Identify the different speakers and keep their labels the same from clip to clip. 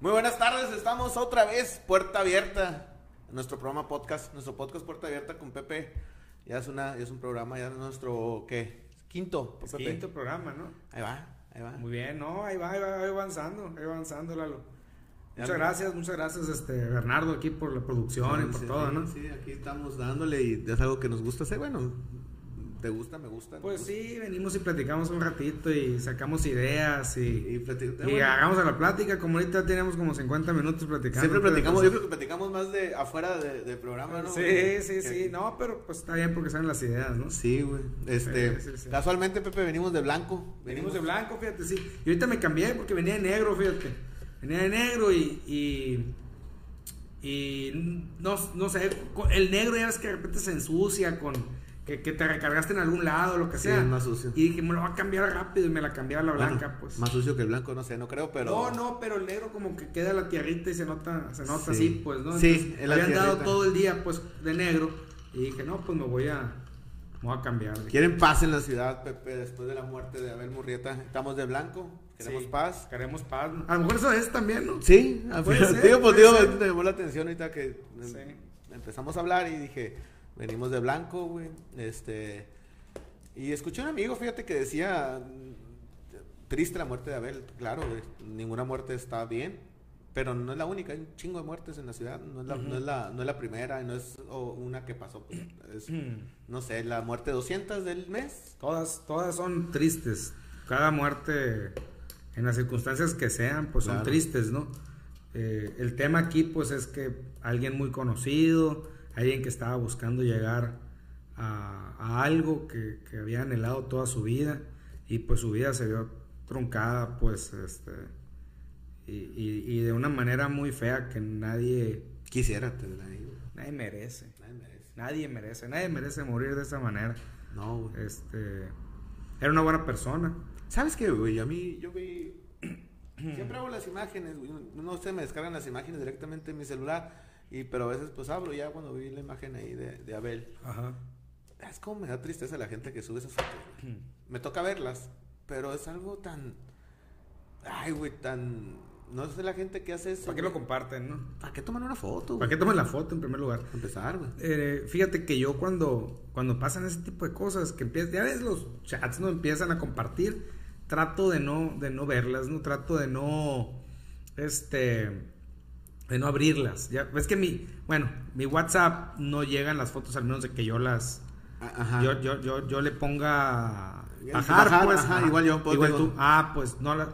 Speaker 1: Muy buenas tardes, estamos otra vez Puerta Abierta, en nuestro programa podcast, nuestro podcast Puerta Abierta con Pepe. Ya es, una, ya es un programa, ya es nuestro, ¿qué? Quinto,
Speaker 2: Es
Speaker 1: Pepe.
Speaker 2: Pues Quinto programa, ¿no?
Speaker 1: Ahí va, ahí va.
Speaker 2: Muy bien, no, ahí va, ahí va, ahí va avanzando, ahí va avanzando, Lalo.
Speaker 1: Ya
Speaker 2: muchas
Speaker 1: me-
Speaker 2: gracias, muchas gracias, este, Bernardo, aquí por la producción y por
Speaker 1: Sí,
Speaker 2: todo,
Speaker 1: sí,
Speaker 2: ¿no?
Speaker 1: Sí, aquí estamos dándole y es algo que nos gusta hacer, bueno, te gusta, me gusta. nos
Speaker 2: Pues
Speaker 1: gusta.
Speaker 2: sí, venimos y platicamos un ratito y sacamos ideas y,
Speaker 1: Y, plati-
Speaker 2: y
Speaker 1: bueno,
Speaker 2: agarramos a la plática, como ahorita tenemos como 50 minutos platicando.
Speaker 1: siempre
Speaker 2: entonces,
Speaker 1: platicamos, yo creo que platicamos más de afuera de- del programa, ¿no?
Speaker 2: Sí, sí,
Speaker 1: Que-
Speaker 2: sí, no, pero pues está bien porque salen las ideas, ¿no?
Speaker 1: Sí, güey. Este,
Speaker 2: Sí, sí, sí.
Speaker 1: casualmente, Pepe, venimos de blanco.
Speaker 2: Venimos de blanco, fíjate, sí. Y ahorita me cambié porque venía de negro, fíjate. Venía de negro y. y y no, no sé, co- el negro ya ves que de repente se ensucia con que, que te recargaste en algún lado, lo que
Speaker 1: Sí,
Speaker 2: sea.
Speaker 1: es más sucio.
Speaker 2: Y dije, me lo va a cambiar rápido y me la cambié a la
Speaker 1: Bueno,
Speaker 2: blanca, pues.
Speaker 1: Más sucio que el blanco, no sé, no creo, pero.
Speaker 2: No, no, pero el negro como que queda la tierrita y se nota, se nota
Speaker 1: Sí.
Speaker 2: así, pues, ¿no?
Speaker 1: Sí,
Speaker 2: Entonces,
Speaker 1: es la
Speaker 2: habían dado
Speaker 1: tierrita.
Speaker 2: todo el día, pues, de negro. Y dije, no, pues me voy a, me voy a cambiar. dije.
Speaker 1: Quieren paz en la ciudad, Pepe, después de la muerte de Abel Murrieta. Estamos de blanco, queremos
Speaker 2: Sí,
Speaker 1: paz.
Speaker 2: Queremos paz. ¿no? A lo mejor eso es también, ¿no?
Speaker 1: Sí, al
Speaker 2: Puede
Speaker 1: final-
Speaker 2: ser,
Speaker 1: digo, pues
Speaker 2: puede
Speaker 1: digo,
Speaker 2: ser.
Speaker 1: me llamó la atención ahorita que em,
Speaker 2: Sí.
Speaker 1: empezamos a hablar y dije, venimos de blanco, güey. Este. Y escuché a un amigo, fíjate, que decía, mm, triste la muerte de Abel, claro, güey, ninguna muerte está bien, pero no es la única, hay un chingo de muertes en la ciudad, no es la, no es la, no es la primera, y no es o, una que pasó, pues, es, no sé, la muerte 200 del mes.
Speaker 2: Todas, todas son tristes. Cada muerte, en las circunstancias que sean, pues son
Speaker 1: Claro.
Speaker 2: tristes, ¿no? Eh, el tema aquí, pues, es que alguien muy conocido, alguien que estaba buscando llegar a, a algo que, que había anhelado toda su vida, y pues su vida se vio truncada, pues, este, y, y- y de una manera muy fea que nadie,
Speaker 1: Quisiera tenerla ahí, güey.
Speaker 2: nadie merece.
Speaker 1: Nadie merece.
Speaker 2: Nadie merece, nadie merece morir de esa manera.
Speaker 1: No, güey.
Speaker 2: Este, era una buena persona.
Speaker 1: ¿Sabes qué, güey? A mí, yo vi. Siempre hago las imágenes, güey. No se me descargan las imágenes directamente en mi celular. Y, pero a veces, pues abro ya cuando vi la imagen ahí de, de Abel.
Speaker 2: Ajá.
Speaker 1: Es como me da tristeza la gente que sube esas fotos. güey.
Speaker 2: Hmm.
Speaker 1: Me toca verlas, pero es algo tan. Ay, güey, tan. No sé la gente que hace eso.
Speaker 2: ¿Para qué lo comparten, no?
Speaker 1: ¿Para qué toman una foto,
Speaker 2: ¿Para
Speaker 1: güey?
Speaker 2: qué toman la foto en primer lugar?
Speaker 1: Para empezar, güey.
Speaker 2: Eh, fíjate que yo cuando, cuando pasan ese tipo de cosas, que empiezan, ya ves los chats, ¿no? Empiezan a compartir, trato de no, de no verlas, ¿no? Trato de no, este, de no abrirlas. Ya, es que mi, bueno, mi WhatsApp no llegan las fotos al menos de que yo las,
Speaker 1: Ah, Ajá.
Speaker 2: yo, yo, yo, yo le ponga
Speaker 1: El
Speaker 2: bajar,
Speaker 1: bajar,
Speaker 2: pues,
Speaker 1: ajá,
Speaker 2: ajá.
Speaker 1: igual yo, pues,
Speaker 2: igual
Speaker 1: digo-
Speaker 2: tú, ah, pues no la-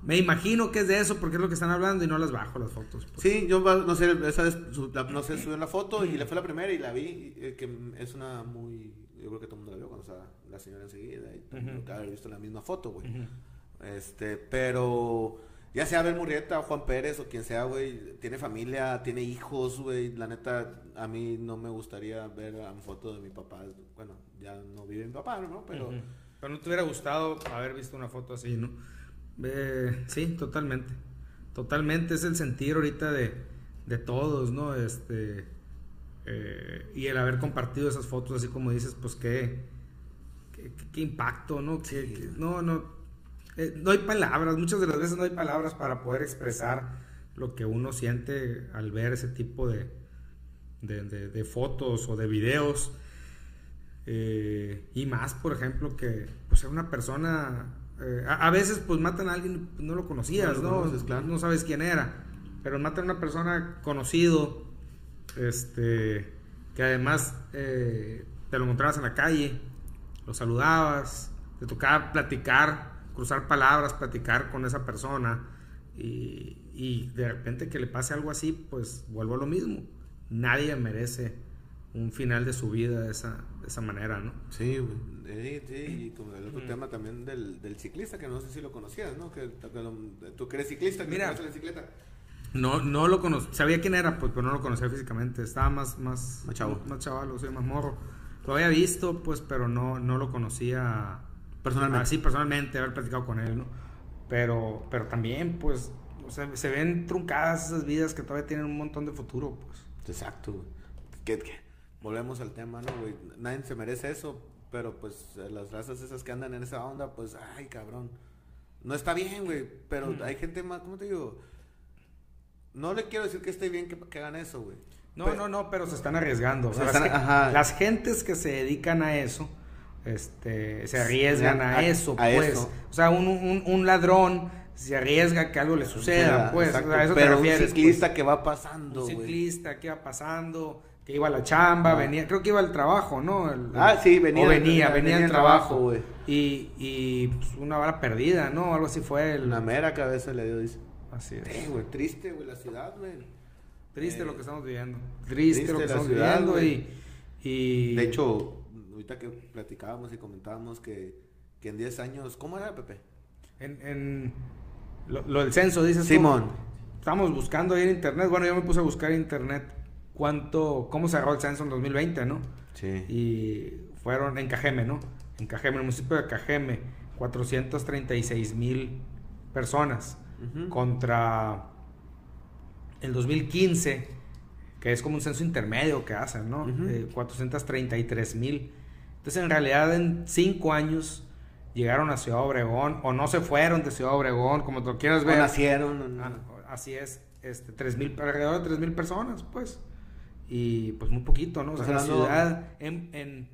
Speaker 2: me imagino que es de eso porque es lo que están hablando y no las bajo las fotos. pues.
Speaker 1: Sí, yo va- no sé, esa vez su- la- no sé, subió la foto y la fue la primera y la vi, y, eh, que mm, es una muy, yo creo que todo el mundo la vio cuando estaba la señora enseguida y todo el mundo debe haber visto la misma foto, güey. Este, pero ya sea Abel Murrieta o Juan Pérez o quien sea, güey, tiene familia, tiene hijos, güey, la neta, a mí no me gustaría ver la foto de mi papá, bueno, ya no vive mi papá, ¿no? Pero...
Speaker 2: Pero no te hubiera gustado haber visto una foto así, ¿no? Eh, sí, totalmente. Totalmente es el sentir ahorita de, de todos, ¿no? Este, eh, y el haber compartido esas fotos, así como dices, pues qué, qué, qué- qué impacto, ¿no? Qué-
Speaker 1: Sí.
Speaker 2: qué- no, no. eh, no hay palabras, muchas de las veces no hay palabras para poder expresar lo que uno siente al ver ese tipo de, de, de- de fotos o de videos. Eh, y más, por ejemplo, que pues era una persona. eh, a, a veces, pues matan a alguien, pues, no lo conocías,
Speaker 1: No
Speaker 2: ¿no?
Speaker 1: lo conoces, claro.
Speaker 2: No sabes quién era. Pero matan a una persona conocido, este, que además eh, te lo encontrabas en la calle, lo saludabas, te tocaba platicar, cruzar palabras, platicar con esa persona. Y, y de repente que le pase algo así, pues vuelvo a lo mismo. Nadie merece un final de su vida de esa, de esa manera, ¿no?
Speaker 1: Sí, güey. Sí, sí, y como el otro
Speaker 2: Mm.
Speaker 1: tema también del, del ciclista, que no sé si lo conocías, ¿no? Que, que lo- tú que eres ciclista, que
Speaker 2: Mira.
Speaker 1: te la bicicleta.
Speaker 2: No, no lo conocía, sabía quién era, pues, pero no lo conocía físicamente. Estaba más, más,
Speaker 1: Más chavo.
Speaker 2: más chaval, o sea, más morro. Lo había visto, pues, pero no, no lo conocía
Speaker 1: Personalmente.
Speaker 2: Así personalmente, haber platicado con él, ¿no? Pero, pero también, pues, o sea, se ven truncadas esas vidas que todavía tienen un montón de futuro, pues.
Speaker 1: Exacto, güey. Que- que- Volvemos al tema, ¿no, güey? Nadie se merece eso, pero pues eh, las razas esas que andan en esa
Speaker 2: Mm.
Speaker 1: onda, pues, ay, cabrón. No está bien, güey, pero hay gente más, ¿cómo te digo? No le quiero decir que esté bien que, que hagan eso, güey.
Speaker 2: No,
Speaker 1: Pe-
Speaker 2: no, no, pero se están arriesgando. O sea,
Speaker 1: Se
Speaker 2: las,
Speaker 1: están-
Speaker 2: gen-
Speaker 1: ajá.
Speaker 2: las gentes que se dedican a eso, este, se arriesgan a,
Speaker 1: a-
Speaker 2: eso,
Speaker 1: a
Speaker 2: pues.
Speaker 1: eso.
Speaker 2: O sea, un, un- un ladrón se arriesga a que algo le suceda,
Speaker 1: Suceda,
Speaker 2: pues.
Speaker 1: exacto.
Speaker 2: a eso te
Speaker 1: Pero
Speaker 2: refieres,
Speaker 1: un ciclista que va pasando,
Speaker 2: pues. Un
Speaker 1: güey.
Speaker 2: ciclista que iba pasando, que iba a la chamba,
Speaker 1: Ah.
Speaker 2: venía, creo que iba al trabajo, ¿no? El-
Speaker 1: Ah, sí, venía-
Speaker 2: o venía, venía,
Speaker 1: venía- venía
Speaker 2: al
Speaker 1: al
Speaker 2: trabajo,
Speaker 1: trabajo, güey.
Speaker 2: Y, y pues, una bala perdida, ¿no? Algo así fue. el-
Speaker 1: La mera cabeza le dio, dice.
Speaker 2: Así es.
Speaker 1: Eh, güey, triste, güey, la ciudad, güey.
Speaker 2: Triste
Speaker 1: Eh,
Speaker 2: lo que estamos viviendo. Triste,
Speaker 1: triste
Speaker 2: lo que
Speaker 1: la
Speaker 2: estamos
Speaker 1: ciudad,
Speaker 2: viviendo y,
Speaker 1: güey.
Speaker 2: y-
Speaker 1: De hecho, ahorita que platicábamos y comentábamos que, que en 10 años, ¿cómo era, Pepe?
Speaker 2: En, en lo, lo del censo, dices tú.
Speaker 1: Simón.
Speaker 2: Estamos buscando ahí en internet. Bueno, yo me puse a buscar en internet cuánto, cómo cerró el censo en 2020, ¿no?
Speaker 1: Sí.
Speaker 2: Y fueron en Cajeme, ¿no? En Cajeme, en el municipio de Cajeme, 436 mil personas
Speaker 1: Ujú.
Speaker 2: contra el 2015, que es como un censo intermedio que hacen, ¿no?
Speaker 1: Ujú.
Speaker 2: 433 mil. Entonces, en realidad, en cinco años llegaron a Ciudad Obregón, o no se fueron de Ciudad Obregón, como tú quieras
Speaker 1: O
Speaker 2: ver.
Speaker 1: nacieron. o no.
Speaker 2: Ah, Así es, este, 3,000, alrededor de 3 mil personas, pues. Y pues muy poquito, ¿no? O sea, la
Speaker 1: Estás hablando-
Speaker 2: ciudad en, en,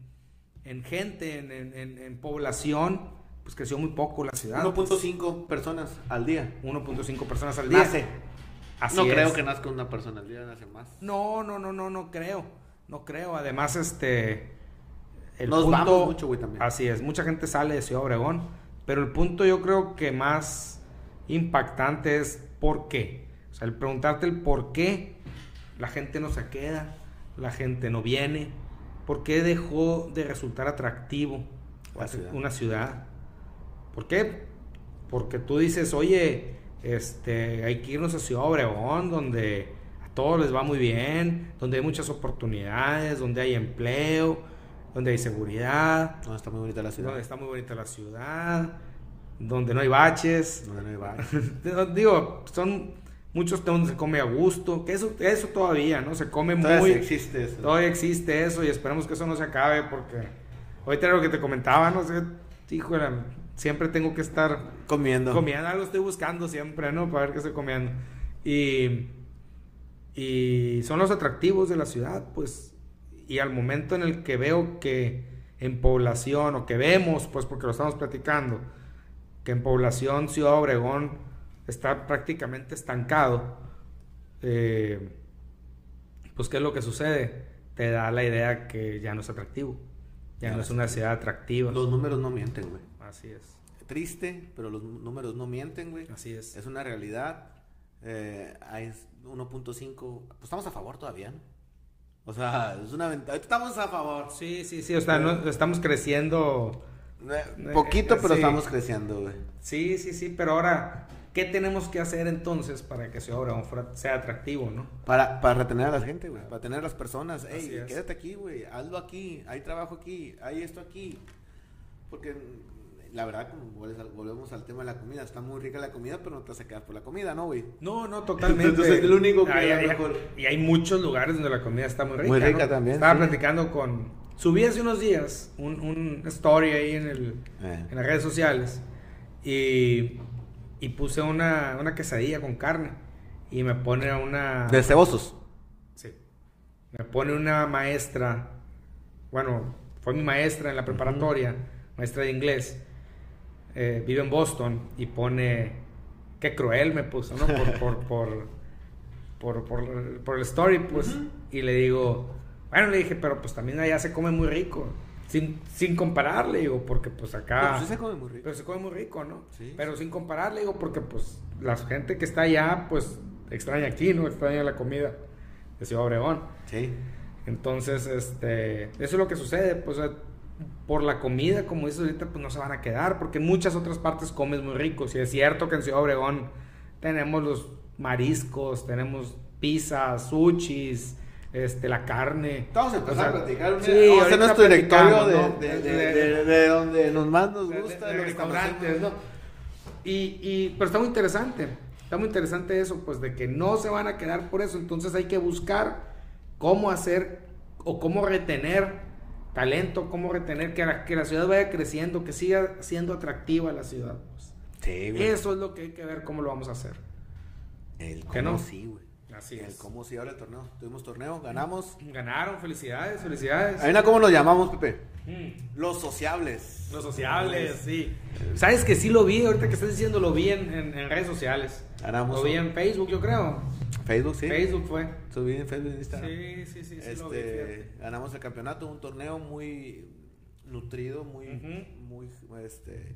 Speaker 2: en gente, en, en- en- en población, pues creció muy poco la
Speaker 1: Ah,
Speaker 2: ciudad.
Speaker 1: 1.5 personas al día.
Speaker 2: 1.5 personas al día.
Speaker 1: Nace.
Speaker 2: Así
Speaker 1: no
Speaker 2: es.
Speaker 1: creo que nazca una persona al día, nace más.
Speaker 2: No, no, no, no, no creo. No creo. Además, este.
Speaker 1: Nos vamos mucho, güey, también.
Speaker 2: Así es. Mucha gente sale de Ciudad Obregón. Pero el punto yo creo que más impactante es por qué. O sea, el preguntarte el por qué la gente no se queda, la gente no viene, por qué dejó de resultar atractivo
Speaker 1: La ciudad.
Speaker 2: una ciudad. ¿Por qué? Porque tú dices, oye, este, hay que irnos a Ciudad Obregón, donde a todos les va muy bien, donde hay muchas oportunidades, donde hay empleo, donde hay seguridad,
Speaker 1: No, está muy bonita la ciudad.
Speaker 2: donde está muy bonita la ciudad, donde no hay baches.
Speaker 1: No, no hay bar.
Speaker 2: Digo, son muchos donde se come a gusto, que eso, eso todavía, ¿no? Se come
Speaker 1: Todavía
Speaker 2: muy...
Speaker 1: sí existe eso.
Speaker 2: Todavía existe eso y esperemos que eso no se acabe porque ahorita era lo que te comentaba, no sé, híjole, siempre tengo que estar
Speaker 1: Comiendo.
Speaker 2: comiendo, algo estoy buscando siempre, ¿no? Para ver qué estoy comiendo. Y, y son los atractivos de la ciudad, pues, y al momento en el que veo que en población, o que vemos, pues, porque lo estamos platicando, que en población Ciudad Obregón está prácticamente estancado, eh, pues, ¿qué es lo que sucede? Te da la idea que ya no es atractivo, ya no es una ciudad atractiva.
Speaker 1: Los números no mienten, güey.
Speaker 2: Así es,
Speaker 1: Triste, pero los números no mienten, güey.
Speaker 2: así es.
Speaker 1: Es una realidad. Eh, hay 1.5. Pues estamos a favor todavía, ¿no? O sea, es una ventaja. Estamos a favor.
Speaker 2: Sí, sí, sí, o sea, no- estamos creciendo.
Speaker 1: Eh, Poquito, pero
Speaker 2: Sí.
Speaker 1: estamos creciendo, güey.
Speaker 2: Sí, sí, sí, pero ahora, ¿qué tenemos que hacer entonces para que Ciudad Obregón fuera- sea atractivo, no?
Speaker 1: Para, para retener a la gente, güey. Para tener a las personas. Ey,
Speaker 2: Así es.
Speaker 1: quédate aquí, güey. Hazlo aquí. Hay trabajo aquí. Hay esto aquí. Porque mm, la verdad, como vuelves al- volvemos al tema de la comida. Está muy rica la comida, pero no te vas a quedar por la comida, ¿no, güey?
Speaker 2: No, no, totalmente.
Speaker 1: Entonces, es el único que
Speaker 2: Ay,
Speaker 1: a lo
Speaker 2: ay,
Speaker 1: mejor-
Speaker 2: Y hay muchos lugares donde la comida está muy rica.
Speaker 1: Muy rica
Speaker 2: ¿no?
Speaker 1: también,
Speaker 2: Estaba
Speaker 1: sí.
Speaker 2: platicando con. Subí hace unos días un, un story ahí en, el,
Speaker 1: Eh.
Speaker 2: en las redes sociales y, y puse una, una quesadilla con carne y me pone una.
Speaker 1: De cebosos.
Speaker 2: Sí. Me pone una maestra, bueno, fue mi maestra en la preparatoria, maestra de inglés, eh, vive en Boston y pone, qué cruel me puso, ¿no? Por, por, por, por, por- por el story, pues, y le digo, bueno, le dije, pero pues también allá se come muy rico, sin, sin compararle, digo, porque pues acá...
Speaker 1: Pero sí se come muy rico.
Speaker 2: Pero se come muy rico, ¿no?
Speaker 1: Sí.
Speaker 2: Pero sin compararle, digo, porque pues la gente que está allá, pues extraña aquí, ¿no? Extraña la comida de Ciudad Obregón.
Speaker 1: Sí.
Speaker 2: Entonces, este, eso es lo que sucede, pues o sea, por la comida, como dices ahorita, pues no se van a quedar, porque en muchas otras partes comes muy rico. Si es cierto que en Ciudad Obregón tenemos los mariscos, tenemos pizza, sushis, este, la carne.
Speaker 1: Estamos empezando
Speaker 2: O sea,
Speaker 1: a platicar. Mira,
Speaker 2: sí,
Speaker 1: vamos a
Speaker 2: ahorita
Speaker 1: hacer nuestro directorio de,
Speaker 2: platicamos,
Speaker 1: de,
Speaker 2: ¿no?
Speaker 1: de- de- de- de donde nos más nos
Speaker 2: de- de-
Speaker 1: gusta,
Speaker 2: de
Speaker 1: lo que
Speaker 2: restaurantes,
Speaker 1: conocemos.
Speaker 2: ¿no? Y, y- pero está muy interesante, está muy interesante eso, pues de que no se van a quedar por eso, entonces hay que buscar cómo hacer o cómo retener talento, cómo retener que la, que la ciudad vaya creciendo, que siga siendo atractiva la ciudad. pues.
Speaker 1: Sí, güey.
Speaker 2: Eso es lo que hay que ver cómo lo vamos a hacer.
Speaker 1: El
Speaker 2: ¿Que no?
Speaker 1: cómo sí, güey.
Speaker 2: Así
Speaker 1: el
Speaker 2: es.
Speaker 1: cómo se ahora el torneo. Tuvimos torneo, ganamos.
Speaker 2: Ganaron, felicidades, felicidades.
Speaker 1: Ahí una, ¿cómo nos llamamos, Pepe?
Speaker 2: Mm,
Speaker 1: Los sociables.
Speaker 2: Los sociables, sí. Sabes que sí lo vi, ahorita que estás diciendo, lo vi en, en- en redes sociales.
Speaker 1: Ganamos
Speaker 2: Lo vi
Speaker 1: un-
Speaker 2: en Facebook, yo creo.
Speaker 1: Facebook, sí.
Speaker 2: Facebook fue.
Speaker 1: Subí en Facebook y en Instagram.
Speaker 2: Sí, sí, sí, sí, lo vi.
Speaker 1: este,
Speaker 2: fíjate.
Speaker 1: ganamos el campeonato, un torneo muy nutrido, muy,
Speaker 2: Ujú.
Speaker 1: muy, este,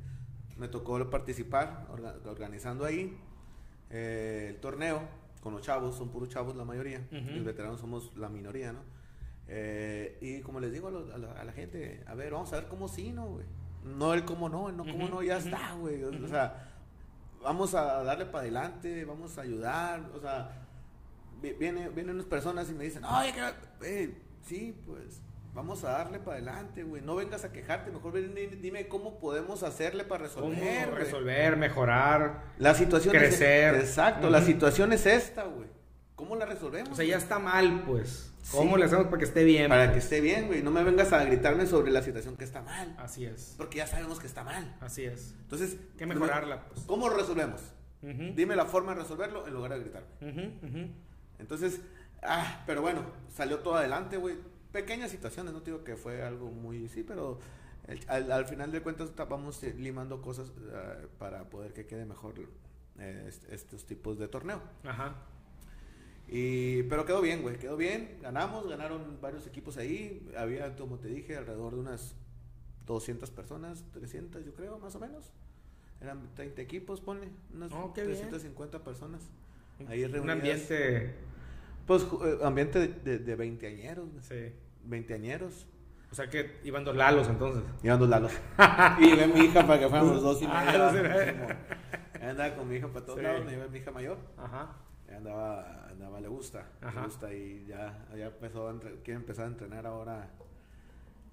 Speaker 1: me tocó participar orga- organizando ahí eh, el torneo con los chavos, son puros chavos la mayoría,
Speaker 2: Ujú.
Speaker 1: los veteranos somos la minoría, ¿no? Eh, y como les digo a, los- a la, a la gente, a ver, vamos a ver cómo sí, ¿no, güey? No el cómo no, el no cómo
Speaker 2: Ujú,
Speaker 1: no, ya
Speaker 2: ujú.
Speaker 1: está, güey, o- o sea, vamos a darle para adelante, vamos a ayudar, o sea, vi- viene, vienen unas personas y me dicen, ay, que- eh, sí, pues vamos a darle para adelante, güey, no vengas a quejarte, mejor ven y dime cómo podemos hacerle para
Speaker 2: ¿Cómo
Speaker 1: resolver, güey".
Speaker 2: resolver, mejorar?
Speaker 1: La situación
Speaker 2: Crecer.
Speaker 1: es e-, exacto, la
Speaker 2: Ujú.
Speaker 1: situación es esta, güey. ¿Cómo la resolvemos?
Speaker 2: O sea, ya está mal, pues.
Speaker 1: Sí.
Speaker 2: ¿Cómo le hacemos para que esté bien?
Speaker 1: Para que esté bien, güey, no me vengas a gritarme sobre la situación que está mal,
Speaker 2: Así es,
Speaker 1: porque ya sabemos que está mal.
Speaker 2: así es.
Speaker 1: Entonces,
Speaker 2: Que mejorarla, pues.
Speaker 1: ¿Cómo lo resolvemos?
Speaker 2: Ujú,
Speaker 1: Dime la forma de resolverlo en lugar de gritarme.
Speaker 2: ujú, ujú.
Speaker 1: Entonces, ah, pero bueno, salió todo adelante, güey. Pequeñas situaciones, no te digo que fue algo muy, sí, pero el- al, al final de cuentas ta- vamos eh, limando cosas eh, para poder que quede mejor eh, est- estos tipos de torneo.
Speaker 2: Ajá.
Speaker 1: Y, pero quedó bien, güey, quedó bien, ganamos, ganaron varios equipos ahí, había, como te dije, alrededor de unas 200 personas, 300 yo creo, más o menos. Eran 30 equipos, ponle, unas
Speaker 2: Oh, qué bien.
Speaker 1: 350 personas. Ahí
Speaker 2: Un
Speaker 1: reunidas.
Speaker 2: ambiente.
Speaker 1: Pues ju- eh, ambiente de, de, de veinteañeros, güey.
Speaker 2: Sí.
Speaker 1: veinteañeros.
Speaker 2: O sea que iban dos lalos entonces.
Speaker 1: Llevan dos lalos. y llevé a mi hija para que fuéramos los dos y me
Speaker 2: Ah,
Speaker 1: llevaba,
Speaker 2: no sé.
Speaker 1: como- Ahí andaba con mi hija para todos
Speaker 2: Sí.
Speaker 1: lados, me llevé a mi hija mayor.
Speaker 2: Ajá.
Speaker 1: Ahí Andaba, andaba, le gusta,
Speaker 2: Ajá.
Speaker 1: le gusta y ya, ya empezó a entre- quiere empezar a entrenar ahora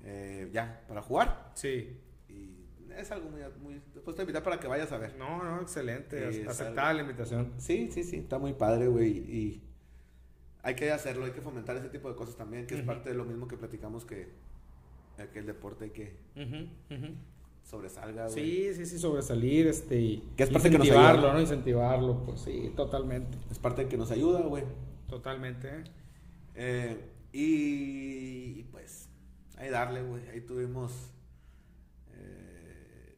Speaker 1: eh, ya para jugar.
Speaker 2: Sí.
Speaker 1: Y es algo muy, muy... Después te invitar para que vayas a ver.
Speaker 2: No, no, excelente.
Speaker 1: Sí, es
Speaker 2: Aceptada la invitación.
Speaker 1: Sí, sí, sí, está muy padre, güey. Y hay que hacerlo, hay que fomentar ese tipo de cosas también, que es
Speaker 2: Ujú.
Speaker 1: parte de lo mismo que platicamos que, que el deporte hay que
Speaker 2: Ujú, ujú.
Speaker 1: sobresalga, güey.
Speaker 2: Sí, sí, sí, sobresalir, este, y
Speaker 1: Ah, Que es parte que nos
Speaker 2: incentivarlo,
Speaker 1: ayuda.
Speaker 2: ¿no? Incentivarlo, pues sí, totalmente.
Speaker 1: Es parte que nos ayuda, güey.
Speaker 2: Totalmente. ¿eh?
Speaker 1: Eh, y, y, pues, ahí darle, güey. Ahí tuvimos. eh,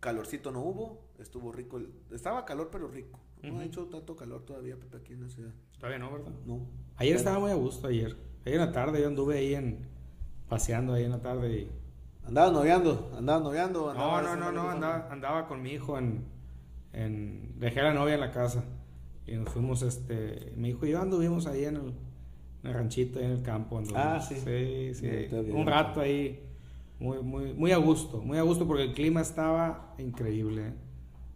Speaker 1: calorcito no hubo, estuvo rico. el- estaba calor, pero rico. No
Speaker 2: Ujú.
Speaker 1: ha hecho tanto calor todavía, Pepe, aquí en la ciudad.
Speaker 2: Todavía no, ¿verdad?
Speaker 1: No.
Speaker 2: Ayer
Speaker 1: Pero
Speaker 2: estaba muy a gusto, ayer. Ayer en la tarde yo anduve ahí en paseando ahí en la tarde y
Speaker 1: Andaba noviando, andaba noviando.
Speaker 2: No,
Speaker 1: andaba
Speaker 2: no,
Speaker 1: haciendo
Speaker 2: no, no,
Speaker 1: algo.
Speaker 2: andaba, andaba con mi hijo en, en... Dejé a la novia en la casa y nos fuimos, este... Mi hijo y yo anduvimos ahí en el, en el ranchito, ahí en el campo. anduvimos.
Speaker 1: Ah, sí.
Speaker 2: Sí, sí,
Speaker 1: Sí, está bien.
Speaker 2: un rato ahí, muy, muy, muy a gusto, muy a gusto porque el clima estaba increíble.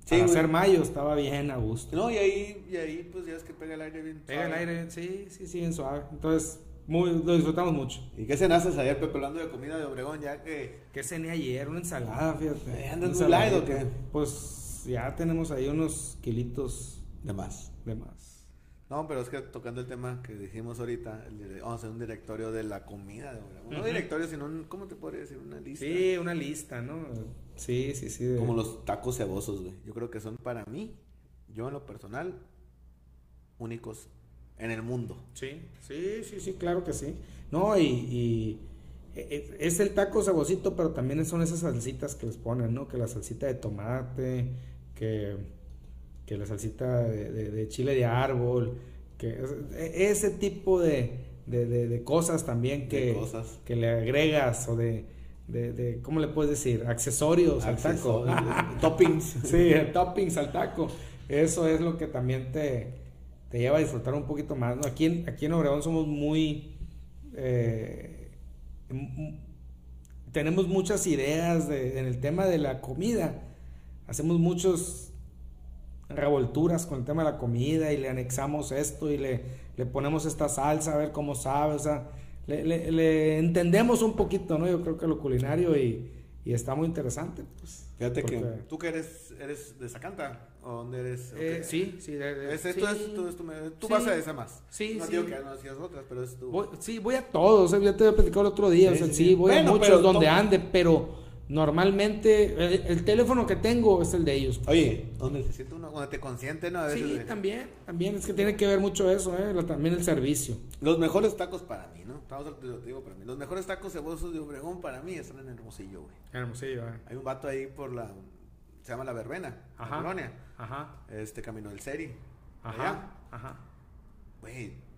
Speaker 1: Sí,
Speaker 2: Sí, Para
Speaker 1: güey.
Speaker 2: ser mayo estaba bien a gusto.
Speaker 1: No, y ahí, y ahí, pues ya es que pega el aire bien.
Speaker 2: Pega el
Speaker 1: suave.
Speaker 2: aire, sí, sí, sí, bien suave. Entonces, muy, lo disfrutamos mucho.
Speaker 1: ¿Y qué cenaste ayer, Pepe, hablando de comida de Obregón? Ya que.
Speaker 2: ¿Qué cené ayer? Una ensalada, fíjate.
Speaker 1: Eh, ¿andas
Speaker 2: Una
Speaker 1: muy light o
Speaker 2: ensaladita.
Speaker 1: qué?
Speaker 2: Pues ya tenemos ahí unos kilitos
Speaker 1: De más.
Speaker 2: de más.
Speaker 1: No, pero es que tocando el tema que dijimos ahorita, el dire- vamos a hacer un directorio de la comida de Obregón. No
Speaker 2: Ujú.
Speaker 1: directorio, sino un, ¿cómo te podría decir? Una lista.
Speaker 2: Sí, una lista, ¿no? Sí, sí, sí. de-
Speaker 1: Como los tacos cebosos, güey. Yo creo que son para mí, yo en lo personal, únicos en el mundo.
Speaker 2: Sí, sí, sí, sí, claro que sí. No, y, y e- e- es el taco saborcito, pero también son esas salsitas que les ponen, ¿no? Que la salsita de tomate, que, que la salsita de, de- de chile de árbol, que es- e- ese tipo de, de- de- de cosas también que,
Speaker 1: De cosas.
Speaker 2: que le agregas o de, de- de- ¿cómo le puedes decir? Accesorios al taco.
Speaker 1: Accesorios, Toppings.
Speaker 2: Sí, el toppings al taco. Eso es lo que también te, te lleva a disfrutar un poquito más. ¿no? Aquí, en, aquí en Obregón somos muy... eh, m- m- tenemos muchas ideas de- en el tema de la comida. Hacemos muchas revolturas con el tema de la comida y le anexamos esto y le, le ponemos esta salsa a ver cómo sabe. O sea, le, le- le entendemos un poquito, ¿no? Yo creo que lo culinario y, y está muy interesante. Pues,
Speaker 1: Fíjate que
Speaker 2: Porque-
Speaker 1: tú que eres, eres de Zacanta, ¿o dónde eres? ¿O
Speaker 2: eh,
Speaker 1: qué?
Speaker 2: sí, sí. de- de-
Speaker 1: Es, esto
Speaker 2: sí.
Speaker 1: es, tú, es tu me- tú
Speaker 2: Sí.
Speaker 1: vas a esa más.
Speaker 2: Sí,
Speaker 1: no
Speaker 2: sí.
Speaker 1: digo que no hacías otras, pero es tu.
Speaker 2: Voy- sí, voy a todos. eh, Ya te había platicado el otro día.
Speaker 1: Sí,
Speaker 2: o sea,
Speaker 1: sí,
Speaker 2: sí,
Speaker 1: sí.
Speaker 2: voy
Speaker 1: Bueno,
Speaker 2: a muchos
Speaker 1: pero
Speaker 2: donde
Speaker 1: to-
Speaker 2: ande, pero Normalmente, el, el teléfono que tengo es el de ellos.
Speaker 1: Oye, donde se siente uno, cuando te consienten, ¿no? A veces
Speaker 2: Sí,
Speaker 1: Ah, de-
Speaker 2: también, también es que tiene que ver mucho eso, ¿eh? La- también el servicio.
Speaker 1: Los mejores tacos para mí, ¿no? Estamos, te lo digo para mí. Los mejores tacos cebosos de Obregón para mí están en Hermosillo, güey.
Speaker 2: Hermosillo, ¿eh?
Speaker 1: Hay un vato ahí por la. Se llama La Verbena,
Speaker 2: Ajá.
Speaker 1: la colonia.
Speaker 2: Ajá,
Speaker 1: Este camino del Seri. allá.
Speaker 2: ajá, ajá.
Speaker 1: Güey.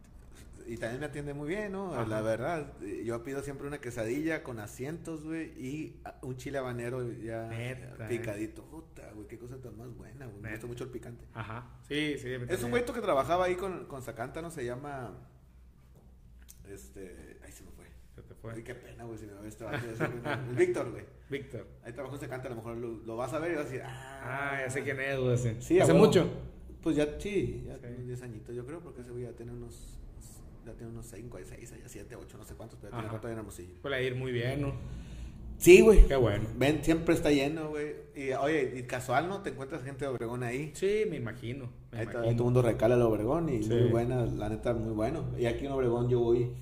Speaker 1: Y también me atiende muy bien, ¿no?
Speaker 2: Ajá.
Speaker 1: La verdad. eh, Yo pido siempre una quesadilla con asientos, güey. Y ah, un chile habanero ya
Speaker 2: Neta, eh.
Speaker 1: picadito. Puta, güey. Qué cosa tan más buena, güey. Me
Speaker 2: Neta.
Speaker 1: gusta mucho el picante.
Speaker 2: Ajá. Sí, sí.
Speaker 1: Es un güey que trabajaba ahí con, con Sacántano. Se llama. Este. Ahí se me fue.
Speaker 2: Se te
Speaker 1: Ay,
Speaker 2: fue.
Speaker 1: qué pena, güey, si me ves trabajando de ese güey, no. El Víctor, güey.
Speaker 2: Víctor.
Speaker 1: Ahí trabajo se canta, a lo mejor lo, lo vas a ver y vas a decir, ah.
Speaker 2: Ah, ya sé quién es, güey. ese.
Speaker 1: Sí, a
Speaker 2: Hace
Speaker 1: huevo.
Speaker 2: mucho.
Speaker 1: Pues ya, sí, ya
Speaker 2: Sí.
Speaker 1: tiene unos 10 añitos, yo creo, porque ese güey ya tiene unos. Ya tiene unos 5, 6, 7, 8, no sé cuántos, pero ya tiene
Speaker 2: Ajá.
Speaker 1: rato ahí en Hermosillo.
Speaker 2: Puede ir muy bien, ¿no?
Speaker 1: Sí, güey.
Speaker 2: Qué bueno.
Speaker 1: Ven, siempre está lleno, güey. Y oye, y casual, ¿no? Te encuentras gente de Obregón ahí.
Speaker 2: Sí, me imagino. Me
Speaker 1: Ahí todo, todo el
Speaker 2: imagino.
Speaker 1: mundo recala el Obregón y
Speaker 2: Sí.
Speaker 1: muy buena, la neta, muy bueno. Y aquí en Obregón yo voy.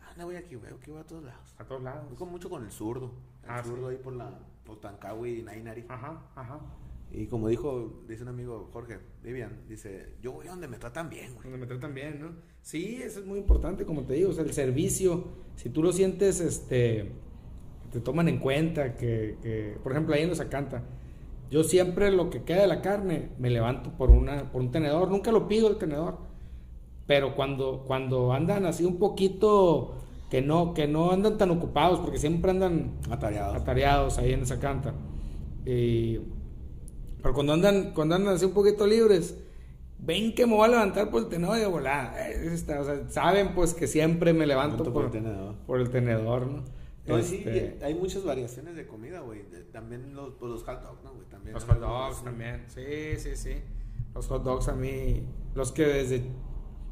Speaker 1: Ah, no voy aquí, güey, que voy a todos lados.
Speaker 2: A todos lados.
Speaker 1: Voy con- mucho con el zurdo. El
Speaker 2: Ah, sí. Ah.
Speaker 1: zurdo ahí por la por Tancagüe y Nainari.
Speaker 2: Ajá, ajá.
Speaker 1: Y como dijo, dice un amigo Jorge, Vivian, dice, yo voy donde me tratan bien, güey.
Speaker 2: Donde me tratan bien, ¿no? Sí, eso es muy importante, como te digo, o sea, el servicio, si tú lo sientes, este, que te toman en cuenta, que, que, por ejemplo, ahí en los Acanta, yo siempre lo que queda de la carne me levanto por, una, por un tenedor, nunca lo pido el tenedor, pero cuando, cuando andan así un poquito, que no, que no andan tan ocupados, porque siempre andan
Speaker 1: Atareados.
Speaker 2: atareados ahí en esa canta. Eh, Y- pero cuando andan, cuando andan así un poquito libres, ven que me voy a levantar por el tenedor de volada. Eh, ese está, o sea, saben pues que siempre me levanto
Speaker 1: Tanto
Speaker 2: por,
Speaker 1: por tenedor.
Speaker 2: por el tenedor, ¿no?
Speaker 1: No, sí,
Speaker 2: Este,
Speaker 1: hay muchas variaciones de comida, güey. De- También los, pues, los hot dogs, ¿no, güey? También,
Speaker 2: los
Speaker 1: ¿no?
Speaker 2: hot dogs también. Sí, sí, sí. Los hot dogs a mí, los que desde,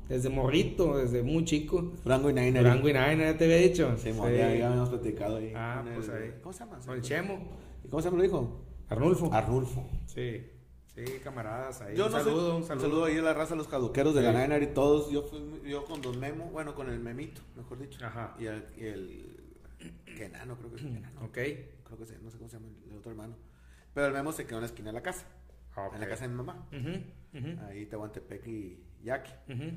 Speaker 2: desde morrito, desde muy chico,
Speaker 1: Durango y Nainari.
Speaker 2: Durango y Nine, ya te había dicho.
Speaker 1: Sí, mo,
Speaker 2: Sí.
Speaker 1: Ya, ya habíamos platicado ahí.
Speaker 2: Ah,
Speaker 1: con
Speaker 2: pues ahí.
Speaker 1: ¿Cómo se llama?
Speaker 2: Con el Chemo,
Speaker 1: ¿Y cómo se llama lo dijo?
Speaker 2: Arnulfo.
Speaker 1: Arnulfo.
Speaker 2: Sí, sí, camaradas ahí.
Speaker 1: Yo
Speaker 2: un,
Speaker 1: no sé-
Speaker 2: saludo, un
Speaker 1: un
Speaker 2: saludo,
Speaker 1: saludo ahí a la raza, a los caduqueros de
Speaker 2: Sí.
Speaker 1: la Nainari, todos. Yo, fui, yo con Don Memo, bueno, con el Memito, mejor dicho.
Speaker 2: Ajá.
Speaker 1: Y el, y el Kenano, creo que es el Kenano.
Speaker 2: Ok.
Speaker 1: Creo que se, no sé cómo se llama el, el otro hermano. Pero el Memo se quedó en la esquina de la casa.
Speaker 2: Ah, Ok.
Speaker 1: En la casa Ah. de mi mamá.
Speaker 2: Ujú, ujú,
Speaker 1: Ahí Tehuantepec y Yaqui.
Speaker 2: ujú.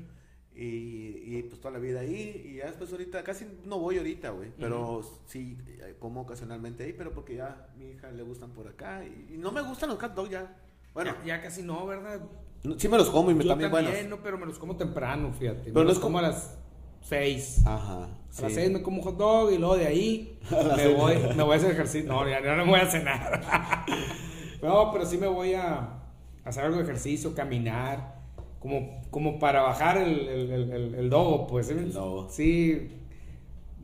Speaker 1: Y, y pues toda la vida ahí. Y ya después ahorita, casi no voy ahorita, güey. Pero sí, eh, como ocasionalmente ahí, pero porque ya a mi hija le gustan por acá. Y, y no me gustan los hot dogs ya. Bueno,
Speaker 2: ya, ya casi no, ¿verdad?
Speaker 1: no- sí me los como y me
Speaker 2: Yo
Speaker 1: están
Speaker 2: también,
Speaker 1: bien buenos.
Speaker 2: no, pero me los como temprano, fíjate.
Speaker 1: Pero
Speaker 2: me
Speaker 1: no
Speaker 2: los
Speaker 1: es
Speaker 2: como a
Speaker 1: como-
Speaker 2: las 6.
Speaker 1: Ajá.
Speaker 2: A las
Speaker 1: sí.
Speaker 2: 6 me como un hot dog y luego de ahí
Speaker 1: las
Speaker 2: me
Speaker 1: seis.
Speaker 2: voy, me voy a hacer ejercicio. No, ya, ya no me voy a cenar. no, pero sí me voy a, a hacer algo de ejercicio, caminar, como, como para bajar el, el, el, el- el dogo, pues. ¿sí?
Speaker 1: El dogo.
Speaker 2: Sí,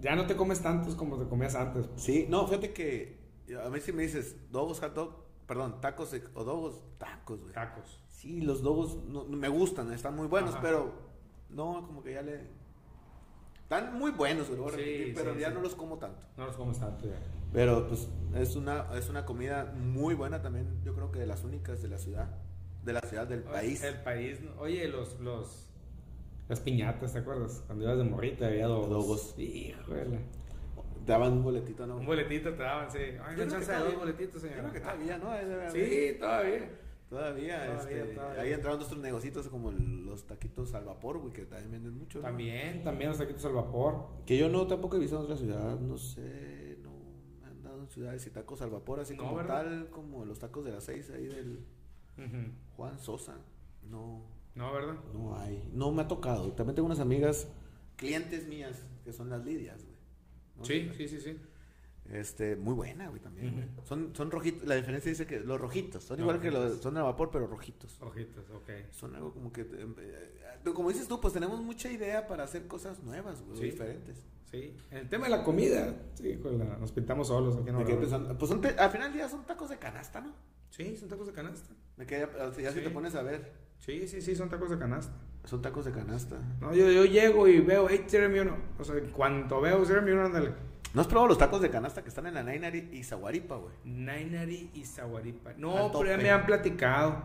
Speaker 2: ya no te comes tantos como te comías antes. pues.
Speaker 1: Sí, no, fíjate que a mí si me dices dogos, hot dog, perdón, tacos de- o dogos, tacos, güey.
Speaker 2: Tacos.
Speaker 1: Sí, los dogos no- no me gustan, están muy buenos,
Speaker 2: Ajá.
Speaker 1: pero no, como que ya le... Están muy buenos, güey, lo voy a
Speaker 2: Sí,
Speaker 1: repetir, pero
Speaker 2: sí,
Speaker 1: ya
Speaker 2: sí.
Speaker 1: no los como tanto.
Speaker 2: No pues, los comes tanto ya.
Speaker 1: Pero pues es una, es una comida muy buena también, yo creo que de las únicas de la ciudad, de la ciudad del país.
Speaker 2: Ah, El país. ¿no? Oye, los, los. Las piñatas, ¿te acuerdas? Cuando ibas de morrita había dogos.
Speaker 1: Dogos.
Speaker 2: Híjole.
Speaker 1: Daban un boletito, ¿no?
Speaker 2: Un boletito te daban, sí. Ay,
Speaker 1: creo
Speaker 2: una
Speaker 1: que
Speaker 2: chance de
Speaker 1: todavía-
Speaker 2: dos boletitos,
Speaker 1: Yo
Speaker 2: señora.
Speaker 1: creo que todavía, ¿no? Ahí debe haber.
Speaker 2: Sí, todavía.
Speaker 1: Todavía,
Speaker 2: Todavía,
Speaker 1: este,
Speaker 2: todavía.
Speaker 1: ahí entraron otros negocios como los taquitos al vapor, güey, que también venden mucho. ¿no?
Speaker 2: También, también los taquitos al vapor.
Speaker 1: Que yo no tampoco he visto en otra ciudad, no sé, no me han dado en ciudades y tacos al vapor, así
Speaker 2: No,
Speaker 1: como
Speaker 2: ¿verdad?
Speaker 1: tal, como los tacos de las seis ahí del
Speaker 2: Ujú.
Speaker 1: Juan Sosa. No,
Speaker 2: No, ¿verdad?
Speaker 1: no hay, no me ha tocado. También tengo unas amigas, clientes mías, que son las Lidias, güey. ¿no?
Speaker 2: Sí, sí, sí, sí.
Speaker 1: Este, muy buena, güey, también, güey.
Speaker 2: Ujú.
Speaker 1: Son, son rojitos, la diferencia dice que los rojitos, son
Speaker 2: Los
Speaker 1: igual que los,
Speaker 2: rojitos.
Speaker 1: son al vapor, pero rojitos.
Speaker 2: Ojitos, ok.
Speaker 1: Son algo como que, eh, eh, como dices tú, pues tenemos mucha idea para hacer cosas nuevas, güey,
Speaker 2: Sí.
Speaker 1: diferentes.
Speaker 2: Sí. En el tema de la comida, sí, con la- nos pintamos solos aquí en
Speaker 1: Me quedé
Speaker 2: Obrador.
Speaker 1: pensando, pues son te- al final del día son tacos de canasta, ¿no?
Speaker 2: Sí, son tacos de canasta.
Speaker 1: Me quedé, o sea, ya si
Speaker 2: Sí.
Speaker 1: te pones a ver,
Speaker 2: Sí, sí, sí, son tacos de canasta.
Speaker 1: son tacos de canasta.
Speaker 2: No, yo, yo llego y veo, hey, tírame uno. O sea, en cuanto veo, tírame uno, ándale.
Speaker 1: ¿No has probado los tacos de canasta que están en la Nainari y Zaguaripa, güey?
Speaker 2: Nainari y Zaguaripa.
Speaker 1: Al
Speaker 2: No,
Speaker 1: tope.
Speaker 2: pero ya me han platicado.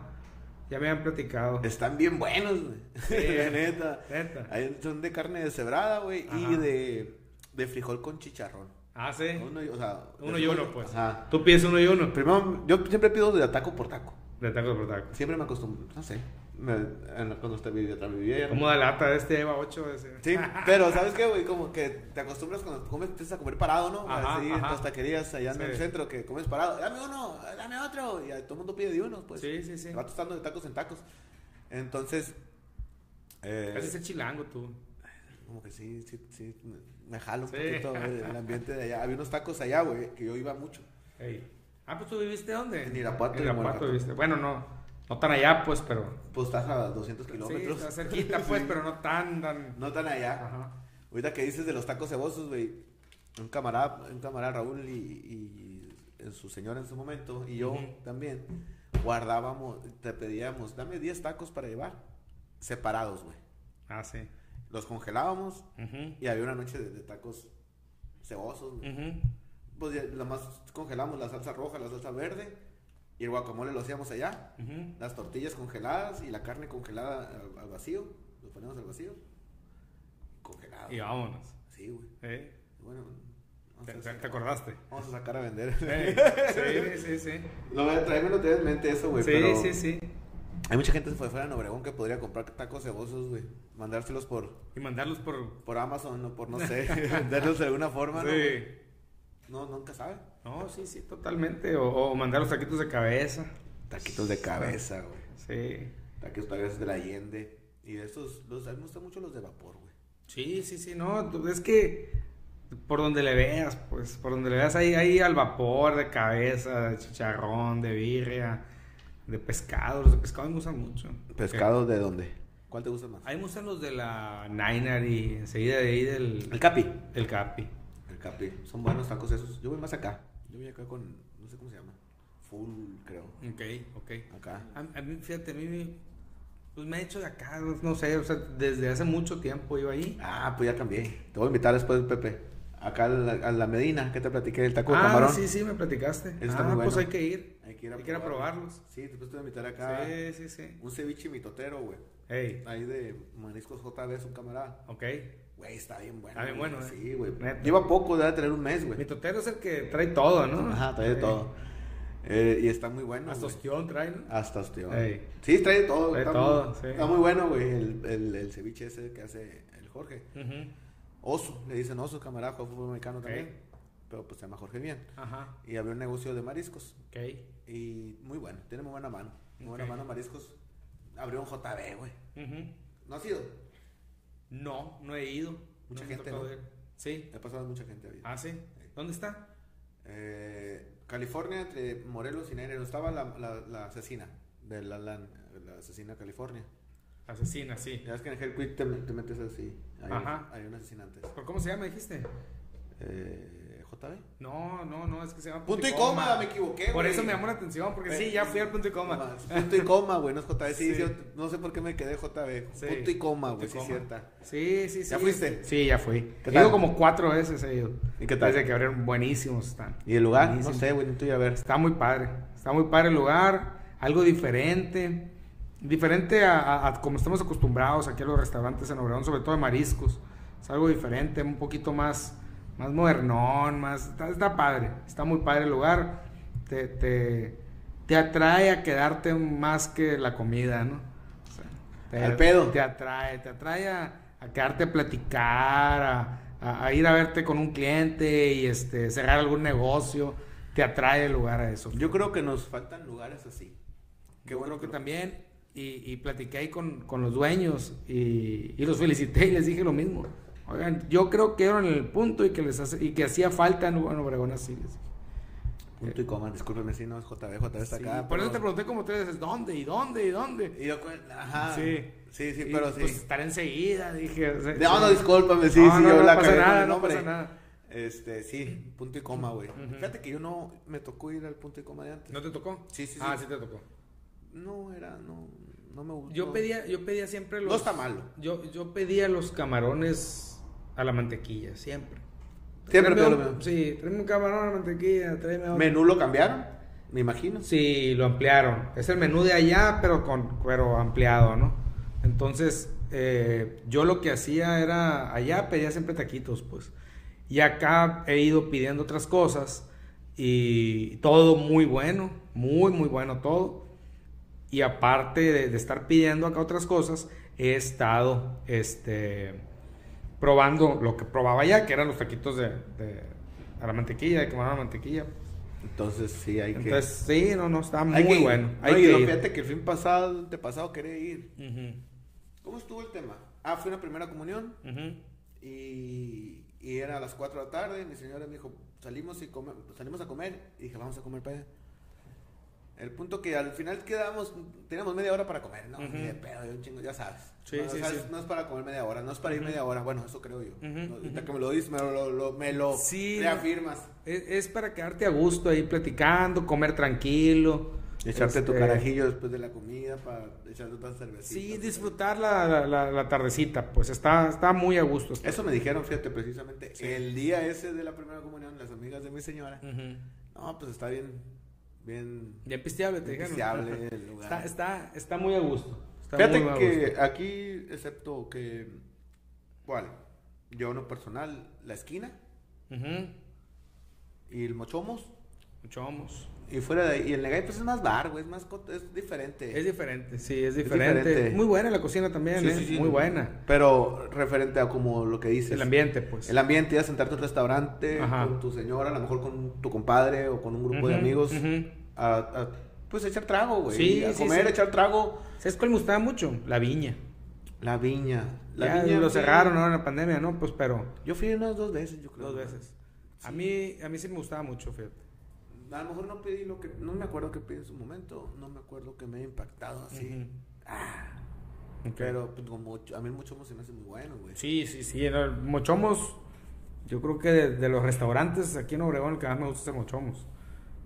Speaker 2: Ya me han platicado.
Speaker 1: Están bien buenos, güey.
Speaker 2: Sí.
Speaker 1: la neta.
Speaker 2: Neta.
Speaker 1: Ahí son de carne deshebrada, güey, y
Speaker 2: Ajá.
Speaker 1: de, de frijol con chicharrón.
Speaker 2: Ah, sí.
Speaker 1: Uno y, o sea,
Speaker 2: Uno
Speaker 1: de-
Speaker 2: y uno, pues.
Speaker 1: Ajá.
Speaker 2: Tú pides uno y uno.
Speaker 1: Primero, yo siempre pido de taco por taco.
Speaker 2: De taco por taco.
Speaker 1: Siempre me acostumbro, no sé. me- en- cuando usted vivía, otra vivía.
Speaker 2: ¿Cómo da lata de este Eva 8? Ese?
Speaker 1: Sí, pero ¿sabes qué, güey? Como que te acostumbras cuando comes, empiezas a comer parado, ¿no?
Speaker 2: Ajá,
Speaker 1: Así,
Speaker 2: ajá.
Speaker 1: en las taquerías allá en
Speaker 2: Sí.
Speaker 1: el centro, que comes parado. Dame uno, dame otro. Y todo el mundo pide de uno, pues.
Speaker 2: Sí, sí, sí.
Speaker 1: Va tostando de tacos en tacos. Entonces, eh,
Speaker 2: Ese es el chilango, tú.
Speaker 1: como que sí, sí, sí, me- me jalo un
Speaker 2: Sí.
Speaker 1: poquito güey, el ambiente de allá. Había unos tacos allá, güey, que yo iba mucho.
Speaker 2: Ey. Ah, pues tú viviste dónde?
Speaker 1: En Irapuato,
Speaker 2: En
Speaker 1: en
Speaker 2: Irapuato
Speaker 1: Guanajuato.
Speaker 2: viviste. Bueno, no, no tan allá, pues, pero.
Speaker 1: Pues estás a 200
Speaker 2: Sí,
Speaker 1: kilómetros.
Speaker 2: está cerquita, pues, pero no tan, tan.
Speaker 1: No tan allá.
Speaker 2: Ajá.
Speaker 1: Ahorita que dices de los tacos cebosos, güey. Un camarada, un camarada Raúl y, y- y su señora en su momento, y yo
Speaker 2: Ujú.
Speaker 1: también, guardábamos, te pedíamos, dame 10 tacos para llevar, separados, güey.
Speaker 2: Ah, sí.
Speaker 1: Los congelábamos
Speaker 2: Ujú.
Speaker 1: y había una noche de, de tacos cebosos, güey.
Speaker 2: Ujú. Mm.
Speaker 1: Pues ya, nada más congelamos la salsa roja, la salsa verde, y el guacamole lo hacíamos allá.
Speaker 2: Ujú.
Speaker 1: Las tortillas congeladas y la carne congelada al, al vacío, lo poníamos al vacío. Congelado.
Speaker 2: Y vámonos.
Speaker 1: Sí, güey.
Speaker 2: Eh,
Speaker 1: Bueno, vamos
Speaker 2: ¿Te,
Speaker 1: a
Speaker 2: te-
Speaker 1: sacar-
Speaker 2: te acordaste?
Speaker 1: Vamos a sacar a vender.
Speaker 2: Eh, sí, sí, sí.
Speaker 1: Lo voy a traerme lo tenía en mente eso, güey.
Speaker 2: sí,
Speaker 1: pero
Speaker 2: sí, sí.
Speaker 1: Hay mucha gente fue fuera de Obregón que podría comprar tacos cebosos, güey. Mandárselos por,
Speaker 2: Y mandarlos por.
Speaker 1: por Amazon o por no sé. venderlos de alguna forma, ¿no? güey?
Speaker 2: Sí.
Speaker 1: No, nunca sabe.
Speaker 2: No, sí, sí, totalmente. O, o mandar los taquitos de cabeza.
Speaker 1: Taquitos de cabeza, güey.
Speaker 2: Sí.
Speaker 1: Taquitos de cabeza de la Allende. Y de estos, los, a mí me gustan mucho los de vapor, güey.
Speaker 2: Sí, sí, sí, no, tú- es que por donde le veas, pues, por donde le veas ahí, ahí al vapor, de cabeza, de chicharrón, de birria, de pescado, los de pescado me gustan mucho. Eh,
Speaker 1: ¿Pescados de dónde? ¿Cuál te gusta más?
Speaker 2: Ahí me gustan los de la Ninary, enseguida de ahí
Speaker 1: El
Speaker 2: del
Speaker 1: capi.
Speaker 2: el Capi.
Speaker 1: El capi. Son buenos tacos esos. Yo voy más acá. Yo voy acá con, no sé cómo se llama. Full, creo.
Speaker 2: Ok, ok.
Speaker 1: Acá.
Speaker 2: A, a mí, fíjate, a mí me- pues me ha hecho de acá, no sé, o sea, desde hace mucho tiempo iba ahí.
Speaker 1: Ah, pues ya cambié. Te voy a invitar después, Pepe. Acá a la, a la Medina, que te platiqué del taco de
Speaker 2: ah,
Speaker 1: camarón.
Speaker 2: sí, sí, me platicaste.
Speaker 1: Eso está
Speaker 2: ah,
Speaker 1: muy
Speaker 2: pues hay
Speaker 1: bueno. Ah.
Speaker 2: que ir.
Speaker 1: Hay que ir a,
Speaker 2: Hay que ir a probarlos.
Speaker 1: Sí, después te voy a invitar acá.
Speaker 2: Sí, sí, sí.
Speaker 1: Un ceviche mitotero, güey.
Speaker 2: Hey,
Speaker 1: Ahí de Mariscos JB es un camarada.
Speaker 2: ok.
Speaker 1: Güey, está bien bueno.
Speaker 2: Está bien
Speaker 1: güey.
Speaker 2: bueno, eh.
Speaker 1: Sí, güey.
Speaker 2: Neta.
Speaker 1: Lleva poco, debe tener un mes,
Speaker 2: Mi
Speaker 1: güey.
Speaker 2: totero es el que trae todo, ¿no?
Speaker 1: Ajá, trae de todo. Ah. Eh, y está muy bueno.
Speaker 2: Hasta
Speaker 1: güey.
Speaker 2: ostión trae, ¿no?
Speaker 1: Hasta ostión.
Speaker 2: Ey.
Speaker 1: Sí, trae de todo.
Speaker 2: Trae
Speaker 1: está
Speaker 2: todo,
Speaker 1: muy,
Speaker 2: sí.
Speaker 1: Está muy bueno, güey, el, el, el ceviche ese que hace el Jorge. Oso, le dicen oso, camarada, juega fútbol americano
Speaker 2: Ok.
Speaker 1: también. Pero pues se llama Jorge bien.
Speaker 2: Ajá.
Speaker 1: y abrió un negocio de mariscos.
Speaker 2: Ok.
Speaker 1: Y muy bueno, tiene muy buena mano. Muy buena
Speaker 2: Ok.
Speaker 1: mano mariscos. Abrió un JB, güey. ¿No ha sido?
Speaker 2: No, no he ido.
Speaker 1: Mucha
Speaker 2: No me ha
Speaker 1: gente,
Speaker 2: tocado
Speaker 1: ¿no?
Speaker 2: ir. Sí.
Speaker 1: He pasado mucha gente ahí.
Speaker 2: Ah, sí. ¿Dónde está?
Speaker 1: Eh, California, entre Morelos y Nairn, estaba la, la, la asesina de la, la, la asesina California.
Speaker 2: Asesina, sí.
Speaker 1: Ya ves que en el Hell Quit te, te metes así. Hay,
Speaker 2: Ajá.
Speaker 1: hay un asesino antes.
Speaker 2: ¿Por cómo se llama, dijiste?
Speaker 1: Eh, ¿JB?
Speaker 2: No, no, no, es que se llama
Speaker 1: Punto y coma, me equivoqué.
Speaker 2: Por
Speaker 1: güey.
Speaker 2: eso me llamó la atención, porque
Speaker 1: Eh,
Speaker 2: sí, ya fui al punto y
Speaker 1: No,
Speaker 2: coma.
Speaker 1: es Punto y coma, güey, no es JB. Sí,
Speaker 2: Sí.
Speaker 1: yo no sé por qué me quedé JB.
Speaker 2: Sí.
Speaker 1: Punto y coma,
Speaker 2: Punto y
Speaker 1: güey, sí, es
Speaker 2: coma.
Speaker 1: cierta.
Speaker 2: Sí, sí, sí.
Speaker 1: ¿Ya fuiste?
Speaker 2: Sí, ya fui.
Speaker 1: ¿Qué
Speaker 2: He
Speaker 1: tal?
Speaker 2: ido como cuatro veces he ido.
Speaker 1: ¿Y qué tal?
Speaker 2: Desde que abrieron, buenísimos están.
Speaker 1: ¿Y el lugar?
Speaker 2: Buenísimo.
Speaker 1: No sé, güey, tú ya a ver.
Speaker 2: Está muy padre, está muy padre el lugar, algo diferente, diferente a, a- a como estamos acostumbrados aquí a los restaurantes en Obregón, sobre todo de mariscos. Es algo diferente, un poquito más, más modernón, más, está, está padre, está muy padre el lugar, te, te, te atrae a quedarte más que la comida, ¿no? O sea,
Speaker 1: Al pedo.
Speaker 2: Te atrae, te atrae a, a quedarte a platicar, a, a- a ir a verte con un cliente y este, cerrar algún negocio. Te atrae el lugar a eso.
Speaker 1: Yo creo que nos faltan lugares así.
Speaker 2: Qué bueno que también. Y, y platiqué ahí con, con los dueños y, y los felicité y les dije lo mismo. Oigan, yo creo que eran el punto y que les hace- y que hacía falta en en Obregón así. les dije.
Speaker 1: Punto y coma, discúlpeme si no es JB, JB está
Speaker 2: Sí,
Speaker 1: acá.
Speaker 2: por eso te
Speaker 1: pero-
Speaker 2: pregunté como tres veces, ¿dónde? ¿Y dónde? ¿Y dónde?
Speaker 1: Y yo, cu- ajá.
Speaker 2: Sí.
Speaker 1: Sí. Sí, sí,
Speaker 2: Y,
Speaker 1: pero sí.
Speaker 2: Pues estar enseguida, dije. o sea,
Speaker 1: no,
Speaker 2: sí.
Speaker 1: no, discúlpame, sí,
Speaker 2: No,
Speaker 1: sí,
Speaker 2: no,
Speaker 1: yo
Speaker 2: no
Speaker 1: la
Speaker 2: pasa
Speaker 1: cagué con
Speaker 2: nada,
Speaker 1: el
Speaker 2: no
Speaker 1: nombre.
Speaker 2: pasa nada.
Speaker 1: Este, sí, punto y coma, güey.
Speaker 2: Ujú.
Speaker 1: Fíjate que yo no me tocó ir al punto y coma de antes.
Speaker 2: ¿No te tocó?
Speaker 1: Sí, sí, sí.
Speaker 2: Ah, sí te tocó.
Speaker 1: No, era, no, no me gustó.
Speaker 2: Yo pedía, yo pedía siempre los.
Speaker 1: No está malo.
Speaker 2: Yo, yo pedía los camarones a la mantequilla, siempre.
Speaker 1: Siempre
Speaker 2: Tráeme
Speaker 1: pido lo
Speaker 2: un-
Speaker 1: mismo.
Speaker 2: Sí, tráeme un camarón a la mantequilla, tráeme otro.
Speaker 1: Menú lo cambiaron, me imagino.
Speaker 2: Sí, lo ampliaron. Es el menú de allá, pero con pero ampliado, ¿no? Entonces, eh, yo lo que hacía era allá pedía siempre taquitos, pues. Y acá he ido pidiendo otras cosas y todo muy bueno, muy, muy bueno todo. Y aparte de, de estar pidiendo acá otras cosas, he estado este, probando lo que probaba ya, que eran los taquitos de, de- a la mantequilla, de quemar la mantequilla.
Speaker 1: Entonces sí hay que...
Speaker 2: Entonces, sí, no, no, está muy
Speaker 1: hay que ir.
Speaker 2: bueno.
Speaker 1: No,
Speaker 2: Hay
Speaker 1: y
Speaker 2: que
Speaker 1: lo-
Speaker 2: ir.
Speaker 1: fíjate que el fin pasado, antepasado, quería ir.
Speaker 2: Ujú,
Speaker 1: ¿Cómo estuvo el tema? Ah, fue una primera comunión
Speaker 2: ujú.
Speaker 1: y, y era a las 4 de la tarde. Mi señora me dijo, salimos, y come- salimos a comer. Y dije, vamos a comer para allá. El punto que al final quedamos, teníamos media hora para comer, ¿no?
Speaker 2: Ujú.
Speaker 1: Ni de pedo, yo un chingo, ya sabes.
Speaker 2: Sí,
Speaker 1: no,
Speaker 2: sí,
Speaker 1: sabes,
Speaker 2: sí.
Speaker 1: no es para comer media hora, no es para ir media hora. Bueno, eso creo yo.
Speaker 2: Ujú,
Speaker 1: No, ahorita que me lo dices, me lo, lo- me lo
Speaker 2: Sí,
Speaker 1: reafirmas.
Speaker 2: Es, es para quedarte a gusto ahí platicando, comer tranquilo.
Speaker 1: Echarte tu
Speaker 2: este,
Speaker 1: carajillo después de la comida para echarte otras cervecitas.
Speaker 2: Sí, disfrutar la, la- la- la tardecita, pues está, está muy a gusto. está.
Speaker 1: Eso me dijeron, fíjate, precisamente el día ese de la primera comunión, las amigas de mi señora.
Speaker 2: Ujú.
Speaker 1: No, pues está bien, bien
Speaker 2: Bien pisteable, te dijeron.
Speaker 1: deseable el lugar.
Speaker 2: Está, está, está muy a gusto. Está
Speaker 1: fíjate
Speaker 2: muy a
Speaker 1: que
Speaker 2: gusto.
Speaker 1: aquí, excepto que, ¿cuál? Yo en lo personal, la esquina
Speaker 2: Ujú.
Speaker 1: y el mochomos.
Speaker 2: Mucho homos.
Speaker 1: Y fuera de ahí, y el Negay pues es más bar, güey, es más, cot- es diferente.
Speaker 2: Es diferente, sí,
Speaker 1: Es
Speaker 2: es diferente.
Speaker 1: diferente.
Speaker 2: Muy buena la cocina también,
Speaker 1: Sí,
Speaker 2: ¿eh?
Speaker 1: sí, sí.
Speaker 2: muy buena.
Speaker 1: Pero referente a como lo que dices.
Speaker 2: El ambiente, pues.
Speaker 1: El ambiente, ir a sentarte en un restaurante
Speaker 2: Ajá.
Speaker 1: con tu señora, a lo mejor con tu compadre o con un grupo de
Speaker 2: Ujú,
Speaker 1: amigos.
Speaker 2: ujú.
Speaker 1: a, a, pues echar trago, güey.
Speaker 2: Sí,
Speaker 1: a
Speaker 2: sí,
Speaker 1: comer,
Speaker 2: sí.
Speaker 1: echar trago.
Speaker 2: ¿Sabes cuál me gustaba mucho? La viña.
Speaker 1: La viña. La
Speaker 2: Ya
Speaker 1: viña.
Speaker 2: lo
Speaker 1: fui-
Speaker 2: cerraron ahora en la pandemia, ¿no? Pues pero
Speaker 1: Yo fui unas dos veces, yo creo.
Speaker 2: dos veces. A mí, a mí sí me gustaba mucho, fíjate.
Speaker 1: A lo mejor no pedí lo que. No me acuerdo que pedí en su momento. No me acuerdo que me haya impactado así.
Speaker 2: Ujú. Ah. Ok.
Speaker 1: Pero pues, como a mí mucho se me hace muy bueno, güey.
Speaker 2: Sí, sí, sí. era el mochomos, yo creo que de, de los restaurantes aquí en Obregón, el que más me gusta es el Mochomos.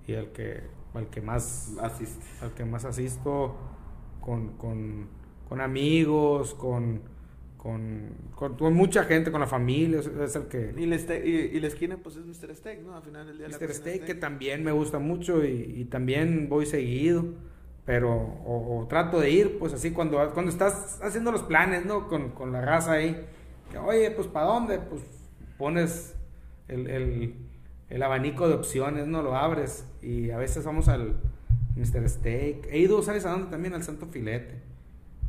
Speaker 2: Y el que, al que más,
Speaker 1: Asiste.
Speaker 2: al que más asisto con, con, con amigos, con, con, con- con mucha gente, con la familia, es, es el que...
Speaker 1: Y la, este- y, y la esquina, pues es Mr. Steak, ¿no? Al final del día. la
Speaker 2: Mr.
Speaker 1: cocina
Speaker 2: Steak, que también me gusta mucho y, y también voy seguido, pero o, o trato de ir, pues así cuando, cuando estás haciendo los planes, ¿no? Con, con la raza ahí, que, oye, pues ¿para dónde? Pues pones el, el- el abanico de opciones, ¿no? Lo abres y a veces vamos al Mr. Steak. He ido, ¿sabes a dónde? También al Santo Filete.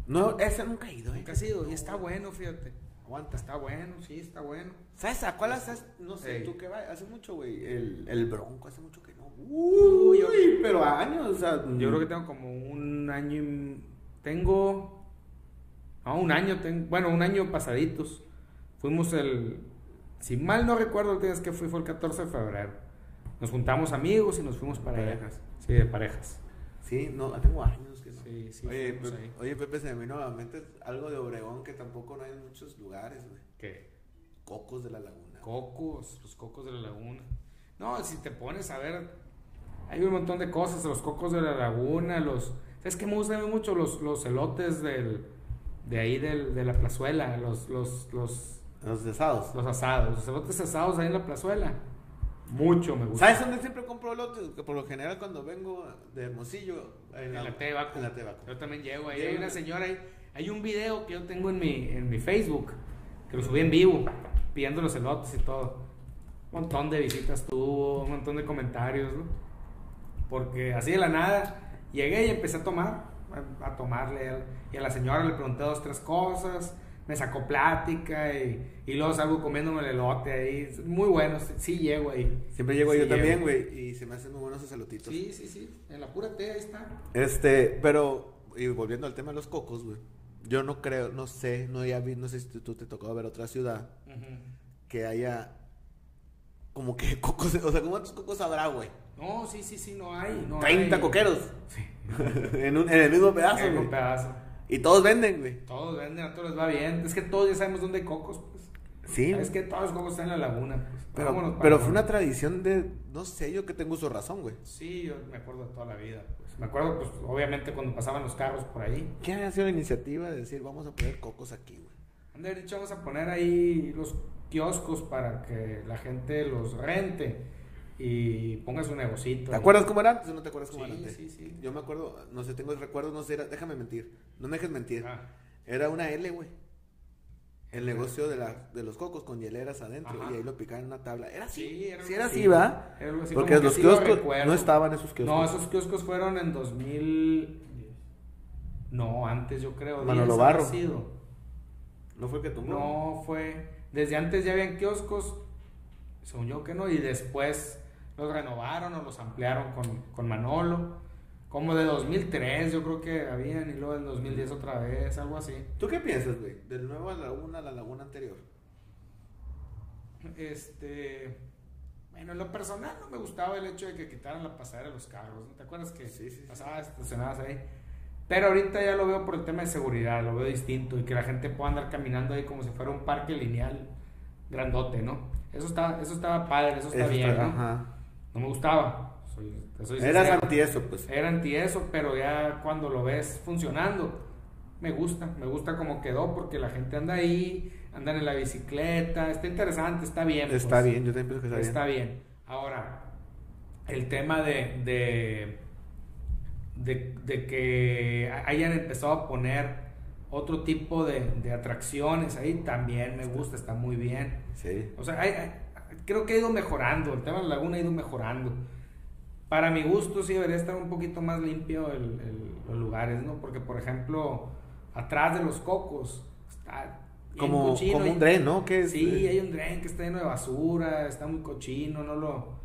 Speaker 1: No, ese nunca he ido, ¿eh?
Speaker 2: Nunca has ido y está bueno, fíjate.
Speaker 1: Aguanta.
Speaker 2: Está bueno, sí, está bueno.
Speaker 1: ¿Sabes a cuál haces? No sé,
Speaker 2: Ey.
Speaker 1: tú que vas. Hace mucho, güey. El, el Bronco, hace mucho que no. Uy,
Speaker 2: Uy, yo-
Speaker 1: pero años, o sea. mm,
Speaker 2: Yo creo que tengo como un año. y- Tengo. No, un año. ten- bueno, un año pasaditos. Fuimos el. Si mal no recuerdo, el día que fui fue el 14 de febrero. Nos juntamos amigos y nos fuimos para allá.
Speaker 1: Parejas.
Speaker 2: Sí, de parejas.
Speaker 1: Sí, no, tengo años que no.
Speaker 2: Sí, sí,
Speaker 1: oye,
Speaker 2: fuimos
Speaker 1: Pepe,
Speaker 2: ahí.
Speaker 1: oye, Pepe, se me vino a la mente algo de Obregón que tampoco no hay en muchos lugares, güey.
Speaker 2: ¿Qué?
Speaker 1: Cocos de la Laguna.
Speaker 2: Cocos, los cocos de la laguna. No, si te pones a ver, hay un montón de cosas, los cocos de la laguna, los... ¿Sabes qué me gustan mucho? Los, los elotes del, de ahí del- de la plazuela, los, los, los,
Speaker 1: Los desados.
Speaker 2: los asados, los elotes asados ahí en la plazuela. Mucho me gusta.
Speaker 1: ¿Sabes dónde siempre compro lotes? Que por lo general cuando vengo de Hermosillo.
Speaker 2: En la T de Baco.
Speaker 1: En la T de Baco.
Speaker 2: Yo también llego ahí.
Speaker 1: Llego.
Speaker 2: Hay una señora ahí. Hay un video que yo tengo en mi, en mi Facebook, que lo subí en vivo, pidiendo los elotes y todo. Un montón de visitas tuvo, un montón de comentarios, ¿no? Porque así de la nada, llegué y empecé a tomar, a, a tomarle. al- Y a la señora le pregunté dos, tres cosas, me sacó plática y, y luego salgo comiéndome el elote ahí. Muy bueno, sí, sí llego ahí.
Speaker 1: Siempre llego
Speaker 2: Sí
Speaker 1: yo también,
Speaker 2: llego.
Speaker 1: güey. eh. Y se me hacen muy buenos esos elotitos.
Speaker 2: Sí, sí, sí, en la pura T ahí está.
Speaker 1: Este, pero, y volviendo al tema de los cocos, güey. Yo no creo, no sé, no ya vi, no sé si tú te tocó ver otra ciudad que haya como que cocos, o sea, ¿cuántos cocos habrá, güey?
Speaker 2: No, sí, sí, sí, no hay. No
Speaker 1: 30
Speaker 2: hay.
Speaker 1: coqueros. en, un- en el mismo pedazo,
Speaker 2: En un
Speaker 1: güey.
Speaker 2: pedazo.
Speaker 1: Y todos venden, güey.
Speaker 2: Todos venden, a todos les va bien. Es que todos ya sabemos dónde hay cocos, pues.
Speaker 1: Sí.
Speaker 2: Es que todos los cocos están en la laguna, pues. Vámonos
Speaker 1: Pero,
Speaker 2: para
Speaker 1: pero
Speaker 2: acá.
Speaker 1: fue una tradición de, no sé, yo que tengo su razón, güey.
Speaker 2: Sí, yo me acuerdo de toda la vida, pues. Me acuerdo, pues, obviamente, cuando pasaban los carros por ahí.
Speaker 1: ¿Quién había sido la iniciativa de decir, vamos a poner cocos aquí, güey?
Speaker 2: Han de haber dicho, vamos a poner ahí los kioscos para que la gente los rente y ponga su negocito.
Speaker 1: ¿Te acuerdas cómo era antes o no te acuerdas cómo era
Speaker 2: Sí,
Speaker 1: antes?
Speaker 2: sí, sí.
Speaker 1: Yo me acuerdo, no sé, tengo recuerdos, no sé, era- déjame mentir. No me dejes mentir.
Speaker 2: Ah,
Speaker 1: Era una L, güey. el negocio de, la, de los cocos con hieleras adentro
Speaker 2: Ajá.
Speaker 1: y ahí lo picaban en una tabla. Era así.
Speaker 2: Sí,
Speaker 1: Sí,
Speaker 2: era
Speaker 1: era,
Speaker 2: algo
Speaker 1: así,
Speaker 2: así.
Speaker 1: ¿va?
Speaker 2: Era algo así
Speaker 1: Porque
Speaker 2: como que
Speaker 1: los
Speaker 2: sí lo
Speaker 1: kioscos
Speaker 2: recuerdo.
Speaker 1: no estaban esos kioscos.
Speaker 2: No, esos kioscos fueron en 2000. No, antes yo creo.
Speaker 1: Manolo
Speaker 2: 10 ha
Speaker 1: Barro.
Speaker 2: sido.
Speaker 1: ¿No fue el que tumbó.
Speaker 2: No fue. Desde antes ya habían kioscos, según yo que no, y después los renovaron o los ampliaron con, con Manolo. Como de 2003, yo creo que habían, y luego en 2010 otra vez, algo así.
Speaker 1: ¿Tú qué piensas, güey? Del nuevo a la laguna a la laguna anterior.
Speaker 2: Este. Bueno, en lo personal no me gustaba el hecho de que quitaran la pasarela de los carros. ¿no? ¿Te acuerdas que
Speaker 1: Sí, sí, sí.
Speaker 2: pasabas, estacionabas ahí? Pero ahorita ya lo veo por el tema de seguridad, lo veo distinto y que la gente pueda andar caminando ahí como si fuera un parque lineal grandote, ¿no? Eso está, eso estaba padre, eso está
Speaker 1: Eso
Speaker 2: bien,
Speaker 1: está-
Speaker 2: ¿no?
Speaker 1: ajá.
Speaker 2: No me gustaba. Soy, te soy
Speaker 1: Eras
Speaker 2: sincero.
Speaker 1: anti eso, pues.
Speaker 2: Era anti eso, pero ya cuando lo ves funcionando, me gusta, me gusta como quedó, porque la gente anda ahí, andan en la bicicleta, está interesante, está bien. pues.
Speaker 1: Está bien, yo también pienso que está,
Speaker 2: Está bien. Ahora, el tema de, de, de, de que hayan empezado a poner otro tipo de, de atracciones ahí también me gusta, está muy bien.
Speaker 1: bien.
Speaker 2: O sea, hay- hay- creo que ha ido mejorando, el tema de la laguna ha ido mejorando. Para mi gusto sí debería estar un poquito más limpio el- el- los lugares, ¿no? Porque, por ejemplo, atrás de los cocos está
Speaker 1: Sí.
Speaker 2: bien
Speaker 1: Como,
Speaker 2: cochino
Speaker 1: como
Speaker 2: y-
Speaker 1: un dren, ¿no? Que es,
Speaker 2: Sí,
Speaker 1: eh,
Speaker 2: hay un dren que está lleno de basura, está muy cochino, no lo,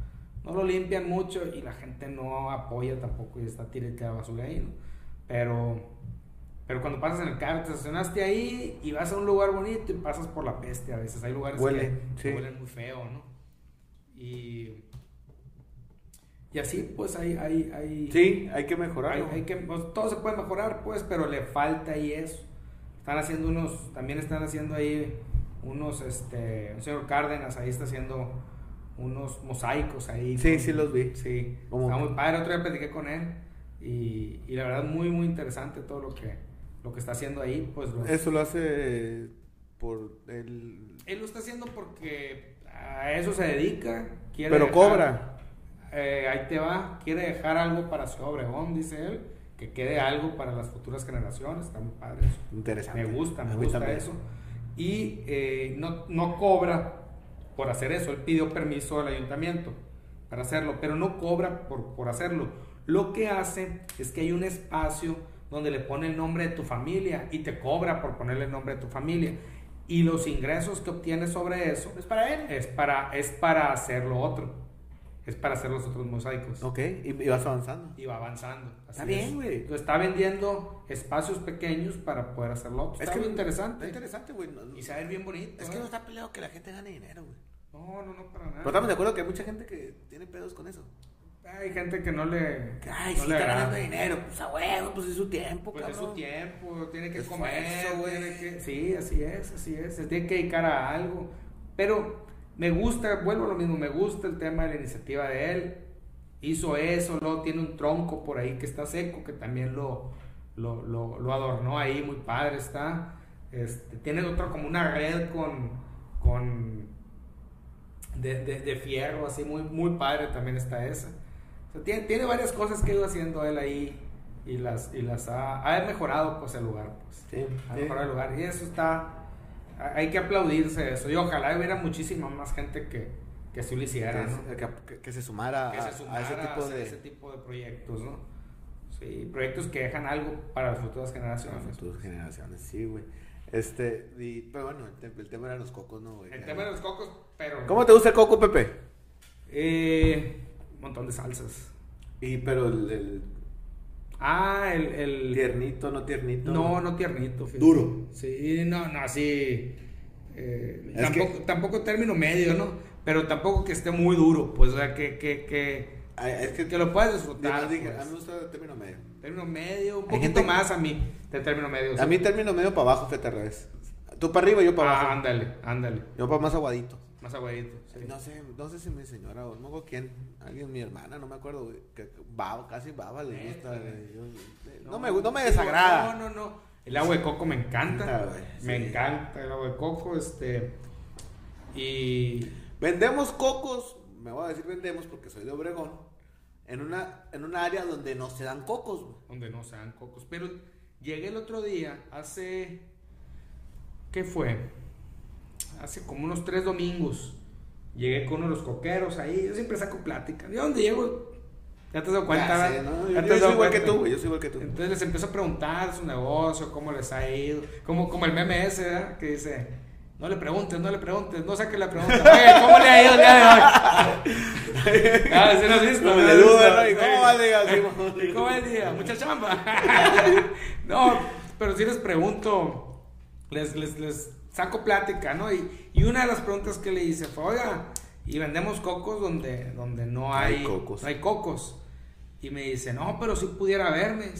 Speaker 2: no lo limpian mucho y la gente no apoya tampoco y está tirando la basura ahí, ¿no? Pero, pero cuando pasas en el carro, te estacionaste ahí y vas a un lugar bonito y pasas por la peste a veces. Hay lugares
Speaker 1: Huele,
Speaker 2: que,
Speaker 1: sí.
Speaker 2: que huelen muy feo, ¿no? Y, y así, pues, hay... hay, hay
Speaker 1: Sí, hay que
Speaker 2: hay,
Speaker 1: mejorarlo.
Speaker 2: hay que, pues, todo se puede mejorar, pues, pero le falta ahí eso. Están haciendo unos, también están haciendo ahí unos, este, un señor Cárdenas ahí está haciendo unos mosaicos ahí.
Speaker 1: Sí,
Speaker 2: con-
Speaker 1: sí los vi.
Speaker 2: Sí,
Speaker 1: Como-
Speaker 2: está muy padre. Otro día platiqué con él y, y la verdad muy, muy interesante todo lo que, lo que está haciendo ahí, pues. lo-
Speaker 1: Eso lo hace por el...
Speaker 2: Él lo está haciendo porque a eso se dedica. quiere
Speaker 1: Pero
Speaker 2: dejar-
Speaker 1: cobra.
Speaker 2: Eh, ahí te va, quiere dejar algo para Ciudad Obregón, dice él, que quede algo para las futuras generaciones, está muy padre eso.
Speaker 1: Interesante.
Speaker 2: Me gusta, me
Speaker 1: A mí
Speaker 2: gusta
Speaker 1: también.
Speaker 2: eso. Y eh, no, no cobra por hacer eso, él pidió permiso al ayuntamiento para hacerlo, pero no cobra por, por hacerlo. Lo que hace es que hay un espacio donde le pone el nombre de tu familia y te cobra por ponerle el nombre de tu familia. Y los ingresos que obtienes sobre eso
Speaker 1: Es para él.
Speaker 2: es para, es para hacer lo otro. Es para hacer los otros mosaicos.
Speaker 1: Ok, y, y vas avanzando.
Speaker 2: Y va avanzando. así
Speaker 1: Está bien,
Speaker 2: es.
Speaker 1: güey.
Speaker 2: Entonces, Está vendiendo espacios pequeños para poder hacerlo. Está muy
Speaker 1: Está
Speaker 2: interesante.
Speaker 1: interesante, güey. No- no-
Speaker 2: Y se Ah. va a ver bien bonito.
Speaker 1: Es que
Speaker 2: ¿eh?
Speaker 1: no está peleado que la gente gane dinero, güey.
Speaker 2: No, no, no, para nada.
Speaker 1: Pero estamos de acuerdo que hay mucha gente que tiene pedos con eso.
Speaker 2: Hay gente que no le.
Speaker 1: Que, Ay,
Speaker 2: no
Speaker 1: sí
Speaker 2: le
Speaker 1: está
Speaker 2: agrada.
Speaker 1: ganando dinero. Pues a huevo, pues es su tiempo,
Speaker 2: Pues es
Speaker 1: cabrón.
Speaker 2: su tiempo, tiene que
Speaker 1: Esfuerzo,
Speaker 2: comer,
Speaker 1: güey.
Speaker 2: tiene que- Sí, así es, así es. Se tiene que dedicar a algo. Pero me gusta, vuelvo a lo mismo, me gusta el tema de la iniciativa de él. Hizo eso, luego tiene un tronco por ahí que está seco, que también lo, lo, lo- lo adornó ahí, muy padre está. Este, tiene otro como una red con. con de, de- de fierro, así muy, muy padre también está esa. O sea, tiene, tiene varias cosas que ha ido haciendo él ahí y las, y las ha, ha mejorado pues el lugar. Pues.
Speaker 1: Sí,
Speaker 2: Ha
Speaker 1: sí.
Speaker 2: mejorado el lugar. Y eso está, ha- hay que aplaudirse eso. Y ojalá hubiera muchísima más gente que, que sí lo hiciera, ¿no?
Speaker 1: Que, que- que- que se sumara,
Speaker 2: que
Speaker 1: a-
Speaker 2: se sumara
Speaker 1: a ese tipo
Speaker 2: hacer
Speaker 1: de...
Speaker 2: ese tipo de proyectos, ¿no? Sí, proyectos que dejan algo para las futuras generaciones.
Speaker 1: Para futuras generaciones, sí, güey. Este, y, pero bueno, el, te- el tema eran los cocos, ¿no, güey?
Speaker 2: El tema de los cocos, pero...
Speaker 1: ¿Cómo te gusta el coco, Pepe?
Speaker 2: Eh, un montón de salsas.
Speaker 1: Y, pero el, el
Speaker 2: Ah, el... el
Speaker 1: tiernito, no tiernito.
Speaker 2: No, no tiernito. fíjate.
Speaker 1: Duro.
Speaker 2: Sí, no, no, así. eh,
Speaker 1: Es
Speaker 2: tampoco, tampoco término medio, ¿no? Pero tampoco que esté muy duro, pues, o sea, que, que, que,
Speaker 1: Ay, es que,
Speaker 2: que lo puedas
Speaker 1: yo
Speaker 2: disfrutar.
Speaker 1: les dije,
Speaker 2: pues.
Speaker 1: a mí me gusta el término medio.
Speaker 2: Término medio, un
Speaker 1: Hay
Speaker 2: poquito
Speaker 1: gente que-
Speaker 2: más a mí, de término medio.
Speaker 1: A
Speaker 2: sí.
Speaker 1: mí término medio para abajo, fíjate al revés. Tú para arriba, yo para
Speaker 2: Ah,
Speaker 1: abajo.
Speaker 2: ándale, ándale.
Speaker 1: Yo para más aguadito.
Speaker 2: Más aguadito. sí.
Speaker 1: No sé, no sé si mi señora o no me acuerdo quién, alguien, mi hermana, no me acuerdo, güey, que baba, casi baba le gusta.
Speaker 2: Neta,
Speaker 1: güey. Yo- no, me, gu- no me desagrada.
Speaker 2: No, no, no. El agua de coco me
Speaker 1: Neta,
Speaker 2: encanta.
Speaker 1: güey,
Speaker 2: Me
Speaker 1: sí.
Speaker 2: encanta el agua de coco, este. Y.
Speaker 1: Vendemos cocos, me voy a decir vendemos porque soy de Obregón, en una, en una área donde no se dan cocos, güey.
Speaker 2: donde no se dan cocos. Pero llegué el otro día, hace. ¿Qué fue? hace como unos tres domingos. Llegué con uno de los coqueros ahí. Yo siempre saco pláticas. ¿De dónde llego? Ya te has dado cuenta,
Speaker 1: Ya sé,
Speaker 2: ¿verdad?
Speaker 1: ¿no? Yo,
Speaker 2: Ya te
Speaker 1: yo
Speaker 2: has
Speaker 1: soy
Speaker 2: dado
Speaker 1: igual que
Speaker 2: cuenta.
Speaker 1: tú, güey. Yo soy igual que tú.
Speaker 2: Entonces les empiezo a preguntar su negocio, cómo les ha ido. Como, como el meme ese, ¿verdad? Que dice: No le preguntes, no le preguntes, no saques la pregunta. Oye, ¿cómo le ha ido el día de hoy? ah, sí, lo has visto.
Speaker 1: Como
Speaker 2: sí
Speaker 1: el
Speaker 2: lo
Speaker 1: de
Speaker 2: has
Speaker 1: Luda,
Speaker 2: visto,
Speaker 1: ¿no? ¿Y cómo va el día?
Speaker 2: sí. ¿Y ¿Cómo va el día? Mucha chamba. no, pero sí les pregunto, les, les, les saco plática, ¿no? Y, y una de las preguntas que le hice fue: Oiga, y vendemos cocos donde, donde no hay,
Speaker 1: Hay cocos.
Speaker 2: No hay cocos. Y me dice, no, pero si pudiera verme.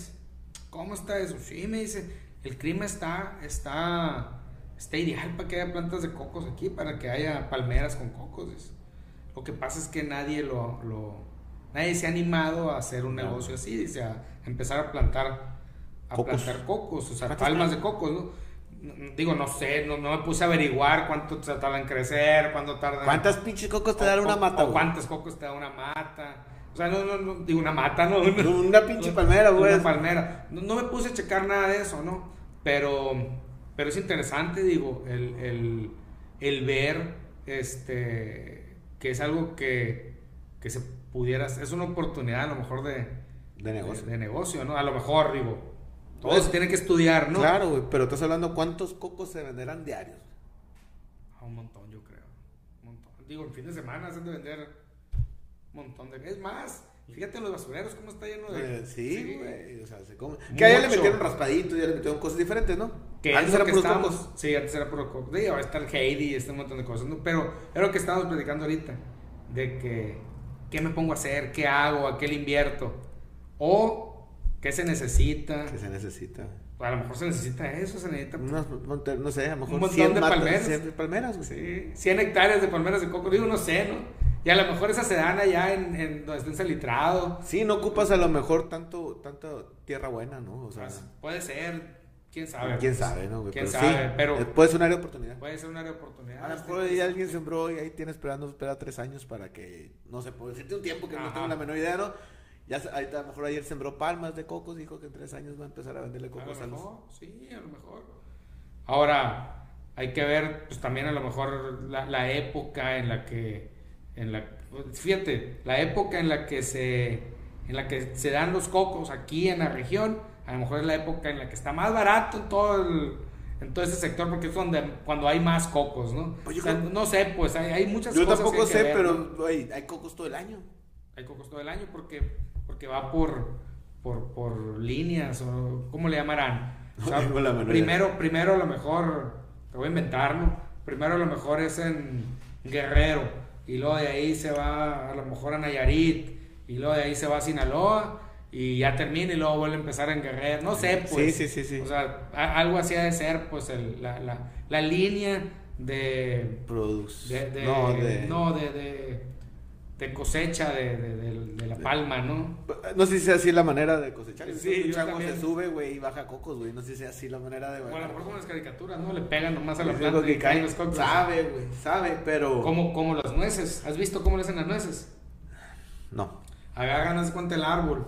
Speaker 2: ¿Cómo está eso? Sí, me dice, el clima está, está, está ideal para que haya plantas de cocos aquí, para que haya palmeras con cocos. dice. Lo que pasa es que nadie lo, lo- nadie se ha animado a hacer un
Speaker 1: Claro.
Speaker 2: negocio así, dice, a empezar a plantar, a
Speaker 1: Cocos.
Speaker 2: plantar cocos, o sea,
Speaker 1: ¿Cuántas
Speaker 2: palmas de cocos, ¿no? No- Digo, no sé, no, no me puse a averiguar cuánto tardan en crecer, cuánto tardan...
Speaker 1: ¿Cuántas pinches cocos te
Speaker 2: o-
Speaker 1: dan una
Speaker 2: o-
Speaker 1: mata,
Speaker 2: o
Speaker 1: güey?
Speaker 2: cuántos cocos te da una mata. O sea, no, no, no, digo una mata, no. Una,
Speaker 1: Una pinche palmera, pues. güey.
Speaker 2: Una palmera. No, no me puse a checar nada de eso, ¿no? Pero, pero es interesante, digo, el, el, el ver este, que es algo que, que se pudiera. Es una oportunidad, a lo mejor, de,
Speaker 1: De negocio.
Speaker 2: de, de negocio, ¿no? A lo mejor, digo. Todo
Speaker 1: Pues,
Speaker 2: se tiene que estudiar, ¿no?
Speaker 1: Claro, güey, pero estás hablando cuántos cocos se venderán diarios.
Speaker 2: A un montón, yo creo. Un montón. Digo, el fin de semana se han de vender un montón de. Es más, fíjate en los basureros cómo está lleno de.
Speaker 1: Eh, sí, güey, o sea, se come.
Speaker 2: Mucho.
Speaker 1: Que a ella le metieron raspadito, ya le metieron cosas diferentes, ¿no?
Speaker 2: Que
Speaker 1: Antes
Speaker 2: antes
Speaker 1: eran
Speaker 2: que
Speaker 1: puros
Speaker 2: estábamos,
Speaker 1: cocos.
Speaker 2: Sí, antes era puro coco. Sí, ahora está el Heidi, está un montón de cosas, ¿no? Pero era lo que estábamos platicando ahorita. De que, ¿qué me pongo a hacer? ¿Qué hago? ¿A qué le invierto? O, ¿qué se necesita?
Speaker 1: Que se necesita.
Speaker 2: A lo mejor se necesita eso, se necesita
Speaker 1: Unas, monte- pues, no sé, a lo mejor
Speaker 2: montón
Speaker 1: 100
Speaker 2: de
Speaker 1: matas,
Speaker 2: palmeras.
Speaker 1: 100 palmeras, güey.
Speaker 2: pues, Sí, 100 hectáreas de palmeras de coco, digo, no sé, ¿no? Y a lo mejor esas se dan allá en, en donde está ensalitrado.
Speaker 1: Sí, no ocupas a lo mejor tanto, tanta tierra buena, ¿no? O sea,
Speaker 2: puede ser, quién Ah, sabe.
Speaker 1: quién
Speaker 2: pues.
Speaker 1: sabe, ¿no? güey?
Speaker 2: Quién
Speaker 1: Pero
Speaker 2: sabe,
Speaker 1: sí,
Speaker 2: pero-
Speaker 1: eh, puede ser una área de oportunidad.
Speaker 2: Puede ser una área de oportunidad.
Speaker 1: A lo mejor ahí alguien sembró y ahí tiene esperando, espera tres años para que, no sé, por decirte un tiempo que no
Speaker 2: Ajá.
Speaker 1: tengo la menor idea, ¿no? Ya, se- ahí, a lo mejor ayer sembró palmas de cocos, dijo que en tres años va a empezar a venderle
Speaker 2: A
Speaker 1: cocos a,
Speaker 2: lo
Speaker 1: los...
Speaker 2: mejor, sí, a lo mejor. Ahora, hay que ver, pues también a lo mejor la, la época en la que, en la, fíjate, la época en la que se, en la que se dan los cocos aquí en la región, a lo mejor es la época en la que está más barato en todo el, en todo ese sector, porque es donde, cuando hay más cocos, ¿no?
Speaker 1: Pues yo
Speaker 2: O sea,
Speaker 1: creo-
Speaker 2: no sé, pues hay, hay muchas
Speaker 1: Yo
Speaker 2: cosas
Speaker 1: tampoco
Speaker 2: que hay que
Speaker 1: sé,
Speaker 2: ver, ¿no?
Speaker 1: pero güey, hay cocos todo el año.
Speaker 2: hay cocos todo el año porque, porque va por, por, por líneas o cómo le llamarán. O
Speaker 1: No
Speaker 2: sea,
Speaker 1: tengo la menor
Speaker 2: primero, primero a lo mejor, te voy a inventarlo, primero a lo mejor es en Guerrero y luego de ahí se va a lo mejor a Nayarit y luego de ahí se va a Sinaloa y ya termina y luego vuelve a empezar en Guerrero. No sé, pues.
Speaker 1: Sí, sí, sí, sí.
Speaker 2: O sea, a- algo así ha de ser pues el- la, la, la línea de
Speaker 1: Produce.
Speaker 2: de, de-
Speaker 1: no, de... No.
Speaker 2: no, de- de- de cosecha de, de- de- de la palma, ¿no?
Speaker 1: sé si sea así la manera de cosechar.
Speaker 2: Sí,
Speaker 1: Sí,
Speaker 2: yo
Speaker 1: chango
Speaker 2: también.
Speaker 1: se sube, güey, y baja cocos, güey. No sé si sea así la manera de...
Speaker 2: Bueno, a
Speaker 1: bajar
Speaker 2: lo mejor
Speaker 1: cocos.
Speaker 2: como las caricaturas, ¿no? Le pegan nomás a la
Speaker 1: Es
Speaker 2: planta
Speaker 1: lo que
Speaker 2: y caen
Speaker 1: cae.
Speaker 2: los cocos.
Speaker 1: Sabe, güey, sabe, pero...
Speaker 2: Como, como las nueces. ¿Has visto cómo le hacen las nueces?
Speaker 1: No.
Speaker 2: Agarran, haz de cuenta el árbol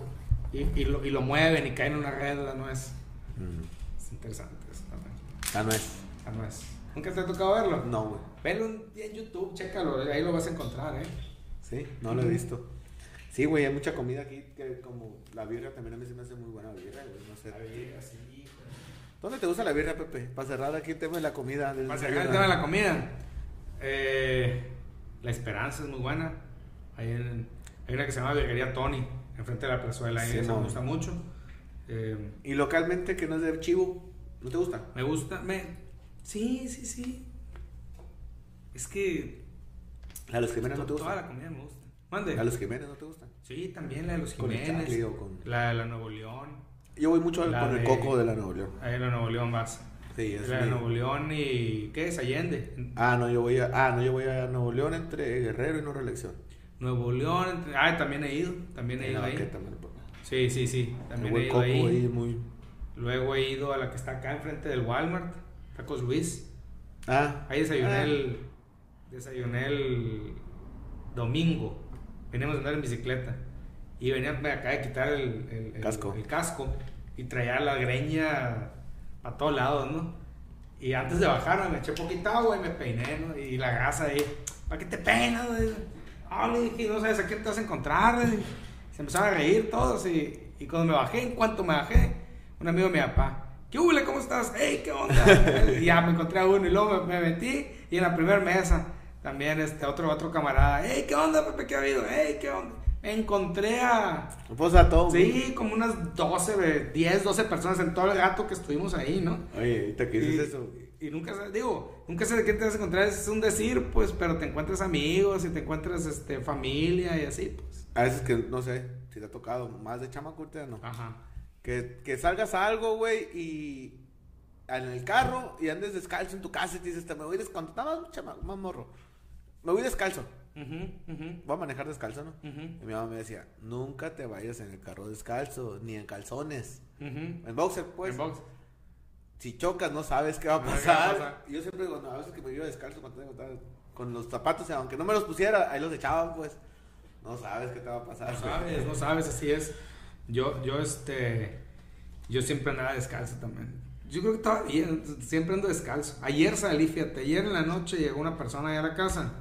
Speaker 2: y, y lo, y lo mueven y caen en una red la nuez.
Speaker 1: Mm.
Speaker 2: Es interesante eso también.
Speaker 1: Ah, no es.
Speaker 2: La nuez. ¿Nunca te ha tocado verlo?
Speaker 1: No, güey.
Speaker 2: Velo un día en YouTube, chécalo, ahí lo vas a encontrar, ¿eh?
Speaker 1: Sí, no lo he visto. Sí, güey, hay mucha comida aquí que como la birra también a mí se me hace muy buena la birra, güey, no sé. ¿Dónde te gusta la birra, Pepe? Para cerrar aquí el tema de la comida. del
Speaker 2: Para sacar el
Speaker 1: desayuno.
Speaker 2: tema de la comida, eh, la esperanza es muy buena. Hay, en- hay una que se llama Virguería Tony, enfrente de la plazuela.
Speaker 1: Sí,
Speaker 2: y esa
Speaker 1: no.
Speaker 2: me gusta mucho. Eh,
Speaker 1: Y localmente que no es de chivo, ¿no te gusta?
Speaker 2: me gusta. Me, sí, sí, sí. Es que
Speaker 1: A los Jiménez no te
Speaker 2: toda la
Speaker 1: gusta.
Speaker 2: comida me gusta. Mande.
Speaker 1: A los Jiménez no te gusta.
Speaker 2: Sí, también la de los
Speaker 1: Con el
Speaker 2: Jiménez.
Speaker 1: Charlie o con-
Speaker 2: La de la Nuevo León.
Speaker 1: Yo voy mucho al-
Speaker 2: La
Speaker 1: con el
Speaker 2: de-
Speaker 1: coco de la Nuevo León.
Speaker 2: Ahí en la Nuevo León vas.
Speaker 1: Sí, es
Speaker 2: La de
Speaker 1: mi-
Speaker 2: Nuevo León y. ¿Qué es? Allende.
Speaker 1: Ah, no, yo voy a Ah, no, yo voy a Nuevo León entre Guerrero y no reelección.
Speaker 2: Nuevo León. entre- Ah, también he ido. También he
Speaker 1: En
Speaker 2: ido
Speaker 1: la
Speaker 2: ahí.
Speaker 1: banqueta, me lo pongo.
Speaker 2: Sí, sí, sí.
Speaker 1: Me
Speaker 2: También
Speaker 1: voy
Speaker 2: he ido
Speaker 1: coco
Speaker 2: ahí.
Speaker 1: ahí muy
Speaker 2: Luego he ido a la que está acá enfrente del Walmart, Tacos Luis.
Speaker 1: Ah,
Speaker 2: Ahí desayuné
Speaker 1: Ah.
Speaker 2: el. Desayuné el domingo. Veníamos a andar en bicicleta. Y venía, me acaba de quitar el, el- el-
Speaker 1: Casco.
Speaker 2: el casco. Y traía la greña a todos lados, ¿no? Y antes de bajar, me eché poquita agua y me peiné, ¿no? Y la grasa ahí, ¿para qué te peinas? güey? Ah, le dije, no sabes a quién te vas a encontrar. güey. Se empezaron a reír todos y, y cuando me bajé, en cuanto me bajé, un amigo de mi papá, ¿qué hule? ¿Cómo estás? ¡Ey, qué onda! y ya me encontré a uno y luego me, me metí y en la primera mesa también este otro, otro camarada, ¡Ey, qué onda, Pepe, qué ha habido! ¡Ey, qué onda! Me encontré a...
Speaker 1: Pues a todo. güey.
Speaker 2: Sí, como unas 12, de- 10, 12 personas en todo el gato que estuvimos ahí, ¿no?
Speaker 1: Oye, ahorita que dices
Speaker 2: Y-
Speaker 1: eso.
Speaker 2: Y nunca sabes, digo, nunca sé de qué te vas a encontrar, es un decir, pues, pero te encuentras amigos y te encuentras este, familia y así, pues.
Speaker 1: A veces que, no sé, si te ha tocado más de chamaco, ahorita no.
Speaker 2: Ajá.
Speaker 1: Que, que salgas a algo, güey, y en el carro y andes descalzo en tu casa y te dices, te me voy descalzo. Cuando estaba chama- más morro, me voy descalzo. Voy a manejar descalzo, ¿no? Y mi mamá me decía, nunca te vayas en el carro descalzo, ni en calzones. En boxer, pues.
Speaker 2: En box.
Speaker 1: Si chocas, no sabes qué va a
Speaker 2: No sabes
Speaker 1: pasar.
Speaker 2: qué va a pasar.
Speaker 1: Yo siempre, cuando a veces que me iba descalzo, cuando tenía que estar con los zapatos, aunque no me los pusiera, ahí los echaban, pues. No sabes qué te va a pasar.
Speaker 2: No
Speaker 1: güey.
Speaker 2: sabes, no sabes, así es. Yo, yo, este, yo siempre andaba descalzo también. Yo creo que todavía, siempre ando descalzo. Ayer salí, fíjate, ayer en la noche llegó una persona allá a la casa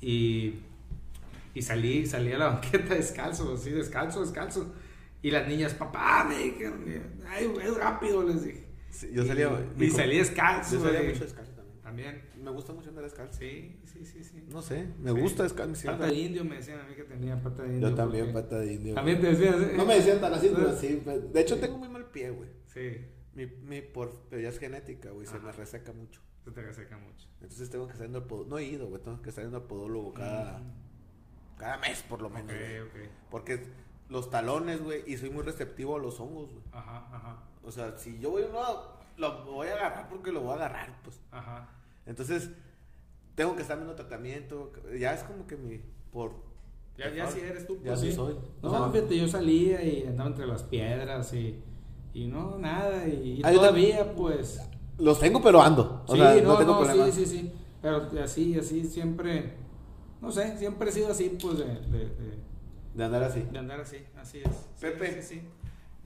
Speaker 2: y, y salí, salí a la banqueta descalzo, así, descalzo, descalzo. Y las niñas, papá, me dijeron, ay, güey, es rápido, les dije.
Speaker 1: Sí, yo salía.
Speaker 2: Y, y salí descalzo,
Speaker 1: Yo salía
Speaker 2: güey.
Speaker 1: mucho descalzo también.
Speaker 2: También,
Speaker 1: Me gusta mucho andar descalzo.
Speaker 2: sí, sí, sí, sí.
Speaker 1: No sé, me
Speaker 2: Sí.
Speaker 1: gusta descalzo. me siento-
Speaker 2: Pata de indio me decían a mí que tenía pata de indio.
Speaker 1: Yo también,
Speaker 2: porque-
Speaker 1: pata de indio.
Speaker 2: También te decían. ¿eh?
Speaker 1: No me decían tan así, pero sí. pues, De hecho, tengo muy mal pie, güey.
Speaker 2: Sí.
Speaker 1: Mi, mi por, pero ya es genética, güey. Se
Speaker 2: Ajá.
Speaker 1: me reseca mucho.
Speaker 2: Se te reseca mucho.
Speaker 1: Entonces tengo que estar yendo al podólogo. No he ido, güey. Tengo que estar yendo al podólogo cada,
Speaker 2: Mm.
Speaker 1: cada mes, por lo menos.
Speaker 2: Ok,
Speaker 1: güey.
Speaker 2: ok.
Speaker 1: Porque los talones, güey. Y soy muy receptivo a los hongos, güey.
Speaker 2: Ajá, ajá,
Speaker 1: O sea, si yo voy a un lado, lo voy a agarrar porque lo voy a agarrar, pues.
Speaker 2: ajá.
Speaker 1: Entonces, tengo que estar viendo tratamiento. Ya es como que mi. Por.
Speaker 2: Ya, ya sí eres tú.
Speaker 1: Ya
Speaker 2: pues,
Speaker 1: sí
Speaker 2: sí.
Speaker 1: soy. O
Speaker 2: No,
Speaker 1: sea,
Speaker 2: fíjate, yo salía y andaba entre las piedras y, y no, nada. Y, y
Speaker 1: Ah, yo
Speaker 2: todavía, pues...
Speaker 1: Los tengo, pero ando. O
Speaker 2: sí,
Speaker 1: sea,
Speaker 2: no,
Speaker 1: no tengo
Speaker 2: no,
Speaker 1: problema.
Speaker 2: sí, sí, sí. Pero así, así, siempre... No sé, siempre he sido así, pues, de, de, de-
Speaker 1: De andar así.
Speaker 2: de andar así, así es. Sí,
Speaker 1: Pepe.
Speaker 2: Sí, sí.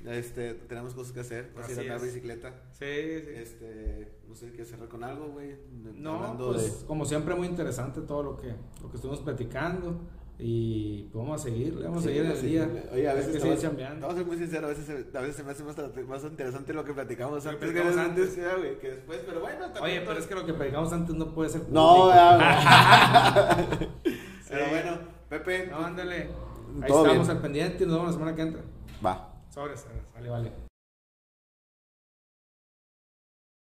Speaker 1: Este, tenemos cosas que hacer. Vas a ir a
Speaker 2: Así
Speaker 1: andar
Speaker 2: es.
Speaker 1: bicicleta.
Speaker 2: Sí, sí.
Speaker 1: Este, no sé, ¿quieres cerrar con algo, güey?
Speaker 2: No,
Speaker 1: Hablando
Speaker 2: pues
Speaker 1: de-
Speaker 2: como siempre muy interesante todo lo que, lo que estuvimos platicando y pues, vamos a seguir, le vamos
Speaker 1: Sí,
Speaker 2: a seguir el
Speaker 1: sí.
Speaker 2: día.
Speaker 1: Oye, a
Speaker 2: Es
Speaker 1: veces
Speaker 2: que
Speaker 1: te
Speaker 2: seguir
Speaker 1: vas-
Speaker 2: chambeando.
Speaker 1: Vamos a ser muy sinceros, a veces, se- a veces se me hace más, tra- más interesante lo que platicamos
Speaker 2: Lo que
Speaker 1: antes que,
Speaker 2: platicamos
Speaker 1: antes, ya, güey, que después, pero bueno. también
Speaker 2: Oye,
Speaker 1: todo-
Speaker 2: pero es que lo que predicamos antes no puede ser
Speaker 1: No, eh, ah.
Speaker 2: público.
Speaker 1: ya, güey. Pero
Speaker 2: Sí.
Speaker 1: bueno, Pepe.
Speaker 2: Ah, No, ándale. Ahí
Speaker 1: Todo
Speaker 2: estamos
Speaker 1: bien.
Speaker 2: al pendiente y nos vemos la semana que entra.
Speaker 1: Va.
Speaker 2: Sobres, sobres, vale, vale.